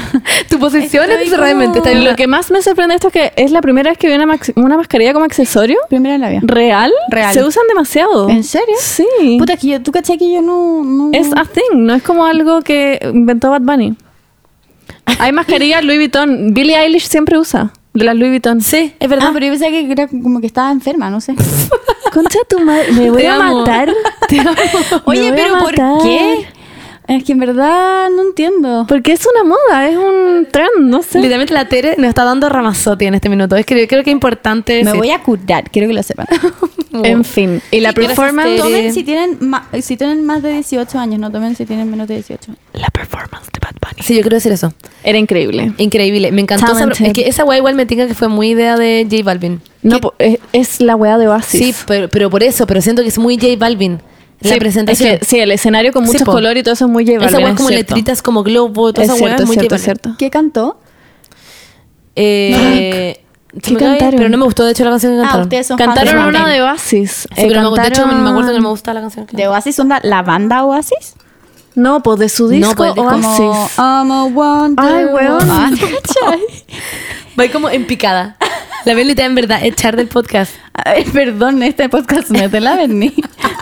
Tu posición
Estoy
es cerrada de mente. Está
como-
en
Lo
una-
que más me sorprende esto es que es la primera vez que veo una, max- una mascarilla como accesorio
Primero la labia.
real.
Real.
Se usan demasiado.
¿En serio?
Sí.
Puta, que yo, tú caché que yo no... no-
Es a thing, no es como algo que inventó Bad Bunny. Hay mascarillas Louis Vuitton. Billie Eilish siempre usa de las Louis Vuitton. Sí,
Es
Ah,
verdad.
pero yo pensaba que era como que estaba enferma, no sé.
Concha tu madre, me voy
Te
a
amo.
matar. Te amo. Me
Oye,
voy a
pero ¿por
matar.
qué? Es que en verdad no entiendo.
Porque es una moda, es un trend, no sé.
Literalmente la Tere nos está dando Ramazotti en este minuto. Es que creo que es importante
Me
decir.
voy a curar, quiero que lo sepan.
Uh.
En fin. Y la
gracias,
performance.
Tere.
Tomen si tienen, ma- si tienen más de 18 años, no tomen si tienen menos de 18.
La performance de Bad Bunny.
Sí, yo quiero decir eso.
Era increíble.
Increíble. Me encantó. esa-
Talented.
es que esa weá igual me tinca que fue muy idea de J Balvin.
No, po- es, es la weá de Oasis.
Sí, pero, pero por eso. Pero siento que es muy J Balvin. La
Sí,
presentación.
es que, sí, el escenario con
Sí,
muchos
po.
colores y todo eso es muy J Balvin.
Esa weá es
es
como
cierto.
letritas, como globo, toda
Es
esa weá
cierto,
es
es
muy
cierto,
J
es
Balvin.
cierto.
¿Qué cantó?
Eh, se
¿Qué
me acaba de ir,
cantaron?
Pero no me gustó, de hecho, la canción que
Ah,
cantaron.
ustedes son
Cantaron
fans
una
Bad
de Oasis.
Sí,
Eh,
pero no- de hecho,
cantaron-
me acuerdo que no me gustaba la canción. que
Bunny. ¿De Oasis? ¿Onda la banda Oasis?
No, pues de su disco
pues, de como-
Oasis.
Como, I'm a wonder
Ay, weón.
woman. Ah, ¿Cachai?
Va como en picada. La Beli te va en verdad echar del podcast.
Ay, perdón, este podcast no es de la Berni.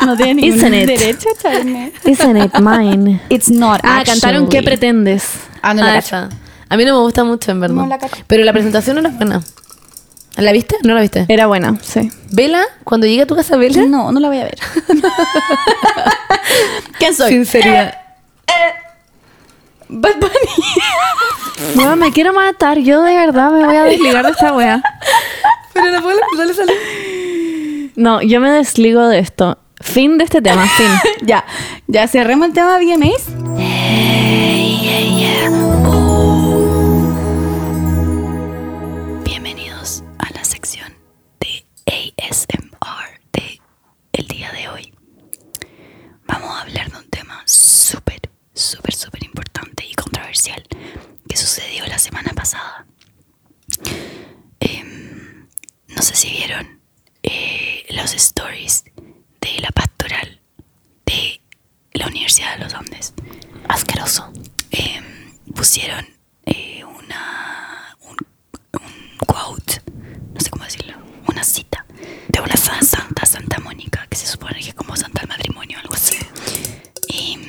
No tiene ningún
Isn't it?
derecho a echarme.
Isn't it mine?
It's not.
Ah, cantaron ¿Qué
pretende?
pretendes?
Ah, no la
Ah,
cacho.
esa. A mí no me gusta mucho, en verdad.
No la cacho.
Pero la presentación no era buena. ¿La viste? No la viste.
Era buena, sí.
Vela, cuando llegue a tu casa, Vela.
No, no la voy a ver. ¿Quién soy? Eh,
Sinceridad.
Bad Bunny.
Weón, me quiero matar. Yo de verdad me voy a desligar de esta weá.
Pero la puedo no le sale.
No, yo me desligo de esto. Fin de este tema, fin.
ya, ya cerremos el tema VMAs. Oh. Bienvenidos a la sección de ASMR de el día de hoy. Vamos a hablar de un tema súper, súper, súper importante y controversial que sucedió la semana pasada. Em, no sé si vieron eh, los stories de la pastoral de la Universidad de los Andes. Asqueroso. pusieron eh, una, un, un quote, no sé cómo decirlo, una cita de una santa, santa, Santa Mónica, que se supone que es como santa al matrimonio, algo así. Y,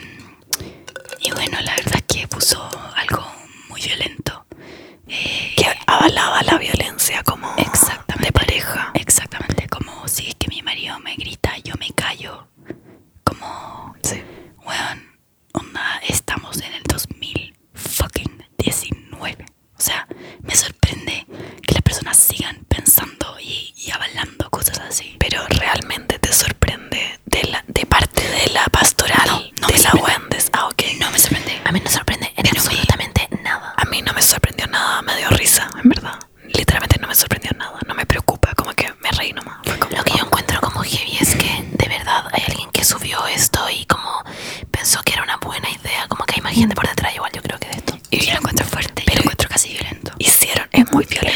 y bueno, la verdad es que puso algo muy violento. eh, que avalaba la violencia como de pareja. Exactamente, como si es que mi marido me grita, yo me callo. Como, weón, onda, estamos en el 2000 fucking 19. O sea, me sorprende que las personas sigan pensando y, y avalando cosas así. Pero realmente te sorprende de, la, de parte de la pastoral de la Wendes. Ah, ok. No me sorprende. A mí no sorprende en absolutamente nada. A mí no me sorprendió nada, me dio risa, en verdad. Literalmente no me sorprendió nada, no me preocupa, como que me reí nomás. Lo que yo encuentro como "Oh". heavy es que de verdad hay alguien que subió esto y como pensó que era una buena idea, como que hay más gente por detrás igual yo creo que de esto. Y yo lo encuentro fuerte, pero lo encuentro casi violento. Hicieron, es muy violento.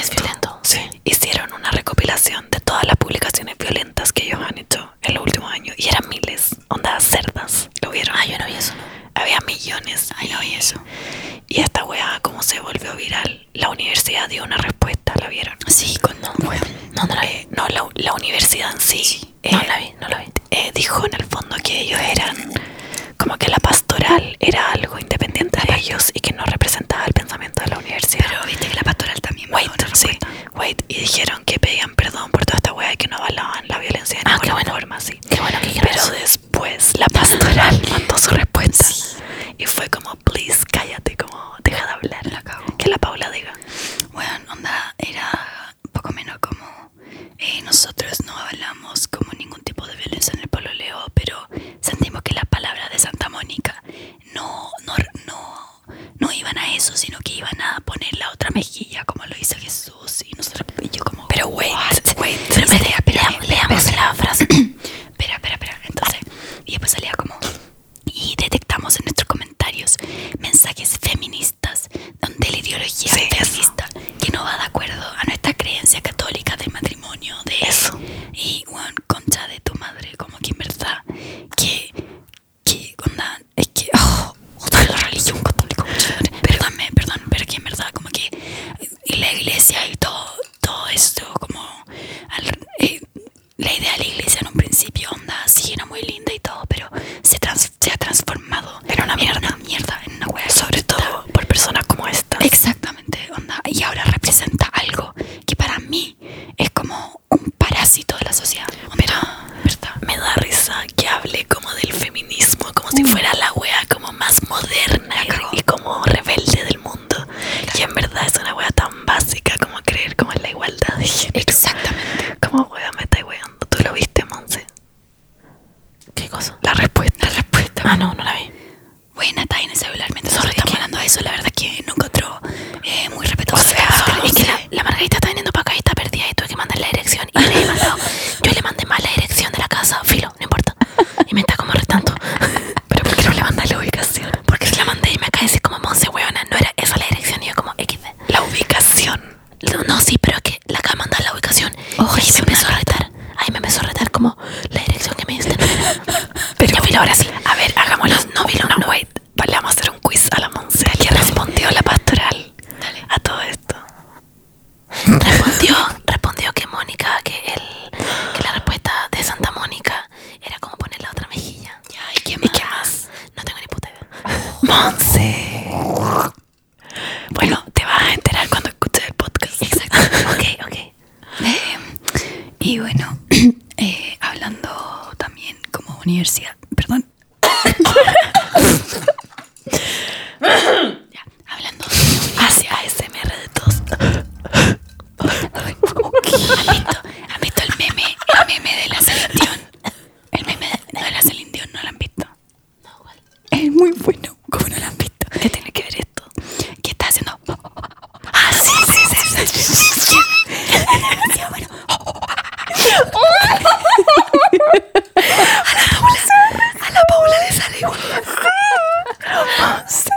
Sí. Hicieron una recopilación de todas las publicaciones violentas que ellos han hecho en los últimos años y eran miles, ondas cerdas. ¿Lo vieron? Ah, yo no vi eso. Había millones. Ay, no vi eso. Y esta weá, como se volvió viral, la universidad dio una respuesta, ¿la vieron? Sí, con no. no, no la no, la, la universidad en sí. no la vi, no la vi. dijo en el fondo que ellos eran como que la pastoral era algo independiente de ellos y que no representaba el pensamiento de la universidad. Pero viste que la pastoral también wait, sí, wait, y dijeron que pedían perdón por toda esta wea y que no avalaban la violencia de ninguna forma, sí. Pero después la pastoral mandó su respuesta y fue como, please, cállate, como, deja de hablar. Que la Paula diga. Bueno, onda, era poco menos como, eh, nosotros no hablamos como ningún tipo de violencia en el pololeo, pero sentimos que las palabras de Santa Mónica no, no, no, no iban a eso, sino que iban a poner la otra mejilla, como lo hizo Jesús, y nosotros, y yo como, pero wait, wait, pero leamos la frase. espera, espera, espera, entonces, y después salía como, y desde oh, eh, trans- se ha transformado en una mierda, mierda en una wea. Sobre todo por personas como esta. Exactamente, onda. Y ahora representa algo que para mí es como un parásito de la sociedad. Pero, me da risa que hable como del feminismo, como si fuera la wea como más moderna y, y como rebelde del mundo. Y en verdad es una wea tan básica como creer como en la igualdad de género. Exactamente. Como wea me estáis weando. ¿Tú lo viste, Monse? ¿Qué cosa? La respuesta. La respuesta. Ah, no, no la vi. Buena, está en el celular mientras nosotros estamos hablando de eso. La verdad que no encontró eh, muy respetuoso. O sea, es que la, la Margarita está viniendo para acá y está perdida y tuve que mandar la dirección. Y le he mandado, yo le mandé mal la dirección de la casa. Filo, no importa. Y me está como retando. Pero ¿por qué no le mandas la ubicación? Porque se la mandé y me acaba de decir como Monse, huevona, no era esa la dirección. Y yo como XD. La ubicación. No, no, sí, pero es que la acaba de mandar la ubicación. y ahí me empezó a retar. Ahí me empezó a retar como la dirección que me diste. no era. Pero yo vi ahora sí. A ver, hagámoslo. No, vi no, wait. Vale, vamos a hacer un quiz a la Monse. ¿Qué respondió la pastoral a todo esto? Respondió, respondió que Mónica, que el, que la respuesta de Santa Mónica era como poner la otra mejilla. ¿y qué más? No tengo ni puta idea. Monse. Bueno, te vas a enterar cuando escuches el podcast. Exacto. ok, ok. y bueno, eh, hablando también como universidad, perdón. Ya, hablando hacia ASMR de todos. ¿Han visto, han visto el meme, el meme de la Celine Dion? El meme de, de la Celine Dion, ¿no lo han visto? Es muy bueno. ¿Cómo no lo han visto? ¿Qué tiene que ver esto? ¿Qué está haciendo? Ah, sí, sí, sí. sí, sí, sí. Demasiado bueno. A la Paula. A la Paula le sale igual. Sí.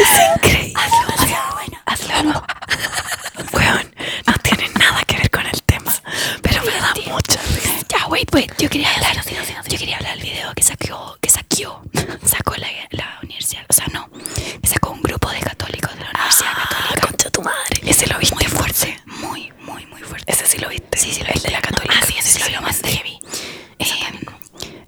Es increíble. Hazlo, hazlo. Bueno. Hazlo. Weón, no tiene nada que ver con el tema. Pero me da mucha risa. Ya, wait, wait. Yo quería hablar. Yo quería hablar del video que saqueó, que saqueó, sacó la, la universidad. O sea, no. Que sacó un grupo de católicos de la universidad católica. Ah, Concha tu madre. Ese lo viste muy fuerte. Muy, muy, muy fuerte. Ese sí lo viste. Sí, sí, lo viste. la católica. Ah, sí, ese sí, lo más heavy.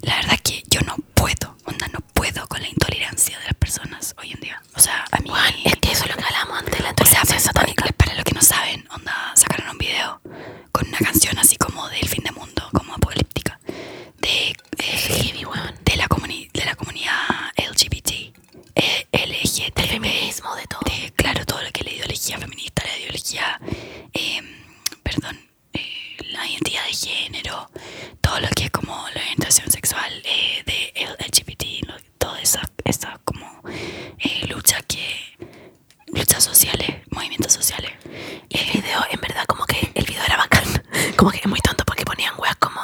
la verdad que yo no puedo, onda, no puedo con la intolerancia de las personas hoy en día. O sea, a mí. es que eso es lo que hablamos antes la intolerancia. O sea, para, para los que no saben, onda, sacaron un video con una canción así como del fin del mundo, como apocalíptica, de, eh, de, la, comuni- de la comunidad LGBT, eh, LGTB, del feminismo, de todo. claro, todo lo que es la ideología feminista, la ideología, eh, perdón, eh, la identidad de género, todo lo que es como la orientación sexual eh, de LGBT, lo- toda esa, esa como eh, lucha que luchas sociales, movimientos sociales. Y el video, en verdad, como que el video era bacán. Como que es muy tonto porque ponían weas como,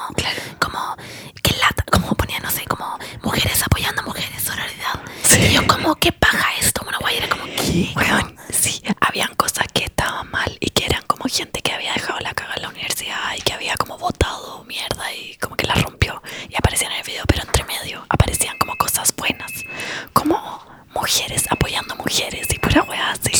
como, que lata, como ponían, no sé, como mujeres apoyando a mujeres, sororidad. Y yo, como, ¿qué paja esto? Una wea y era como, ¿qué? Weón, sí, habían cosas que estaban mal y que eran como gente que había dejado la caga en la universidad y que había como votado mierda y como que la rompió. Y aparecían en el video, pero entre medio aparecían como cosas buenas. Como mujeres apoyando mujeres y pura weá así.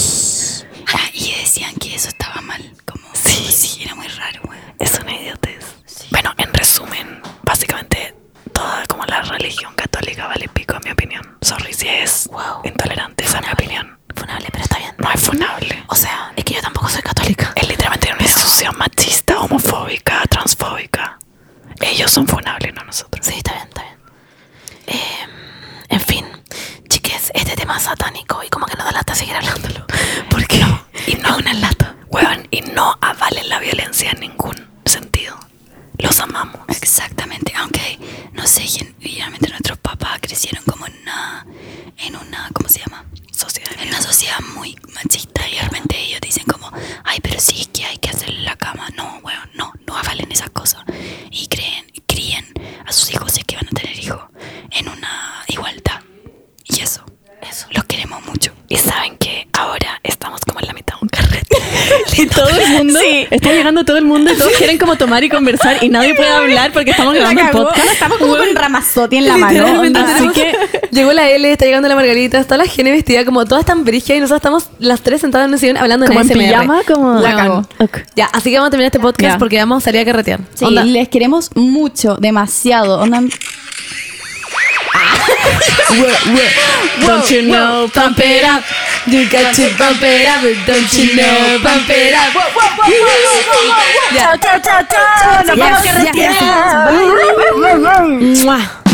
Ah, y decían que eso estaba mal. Como, sí, sí, era muy raro, Es una idiotez. Bueno, en resumen, básicamente toda como la religión católica vale pico, en mi opinión. Sorry si es intolerante, esa es mi opinión. Funable, pero está bien. No es funable. O sea, es que yo tampoco soy católica. Es literalmente una institución machista, homofóbica, transfóbica. Ellos son funables, no nosotros. Sí, está bien, está bien. Em, En fin, chiques, este tema es satánico y como que no da lata seguir hablándolo. Porque no, y no una lata. Huevan, y no avalen la violencia en ningún sentido. Los amamos. Exactamente, aunque no sé, gen- generalmente nuestros papás crecieron como en una, en una, ¿cómo se llama? Sociedad. En una sociedad muy machista y realmente ellos dicen como, ay, pero sí, es que hay que hacerle la cama. No, huevón, no, no avalen esas cosas. Y creen, críen a sus hijos si es que van a tener hijos en una igualdad. Y eso, eso, los queremos mucho. Y saben que ahora estamos como en la mitad de un carrete.
Y todo el mundo, está llegando todo el mundo y todos quieren como tomar y conversar y nadie puede hablar porque estamos grabando el podcast.
Estamos como con Ramazotti en la
Ah,
mano.
Literalmente
onda.
tenemos- llegó la L, está llegando la Margarita, está la gente vestida como todas tan brigia y nosotros estamos las tres sentadas en un sillón hablando
Como
en,
en
ASMR.
pijama, como-
La
Bacán.
cagó.
Ok.
Ya, así que vamos a terminar este podcast
Ya.
porque vamos a salir a carretear.
Sí,
Onda.
les queremos mucho, demasiado. Onda,
Don't you know, pump it up. You got to pump it up. Don't you know, pump it up. Ya. Yes, yes, yes. Mua.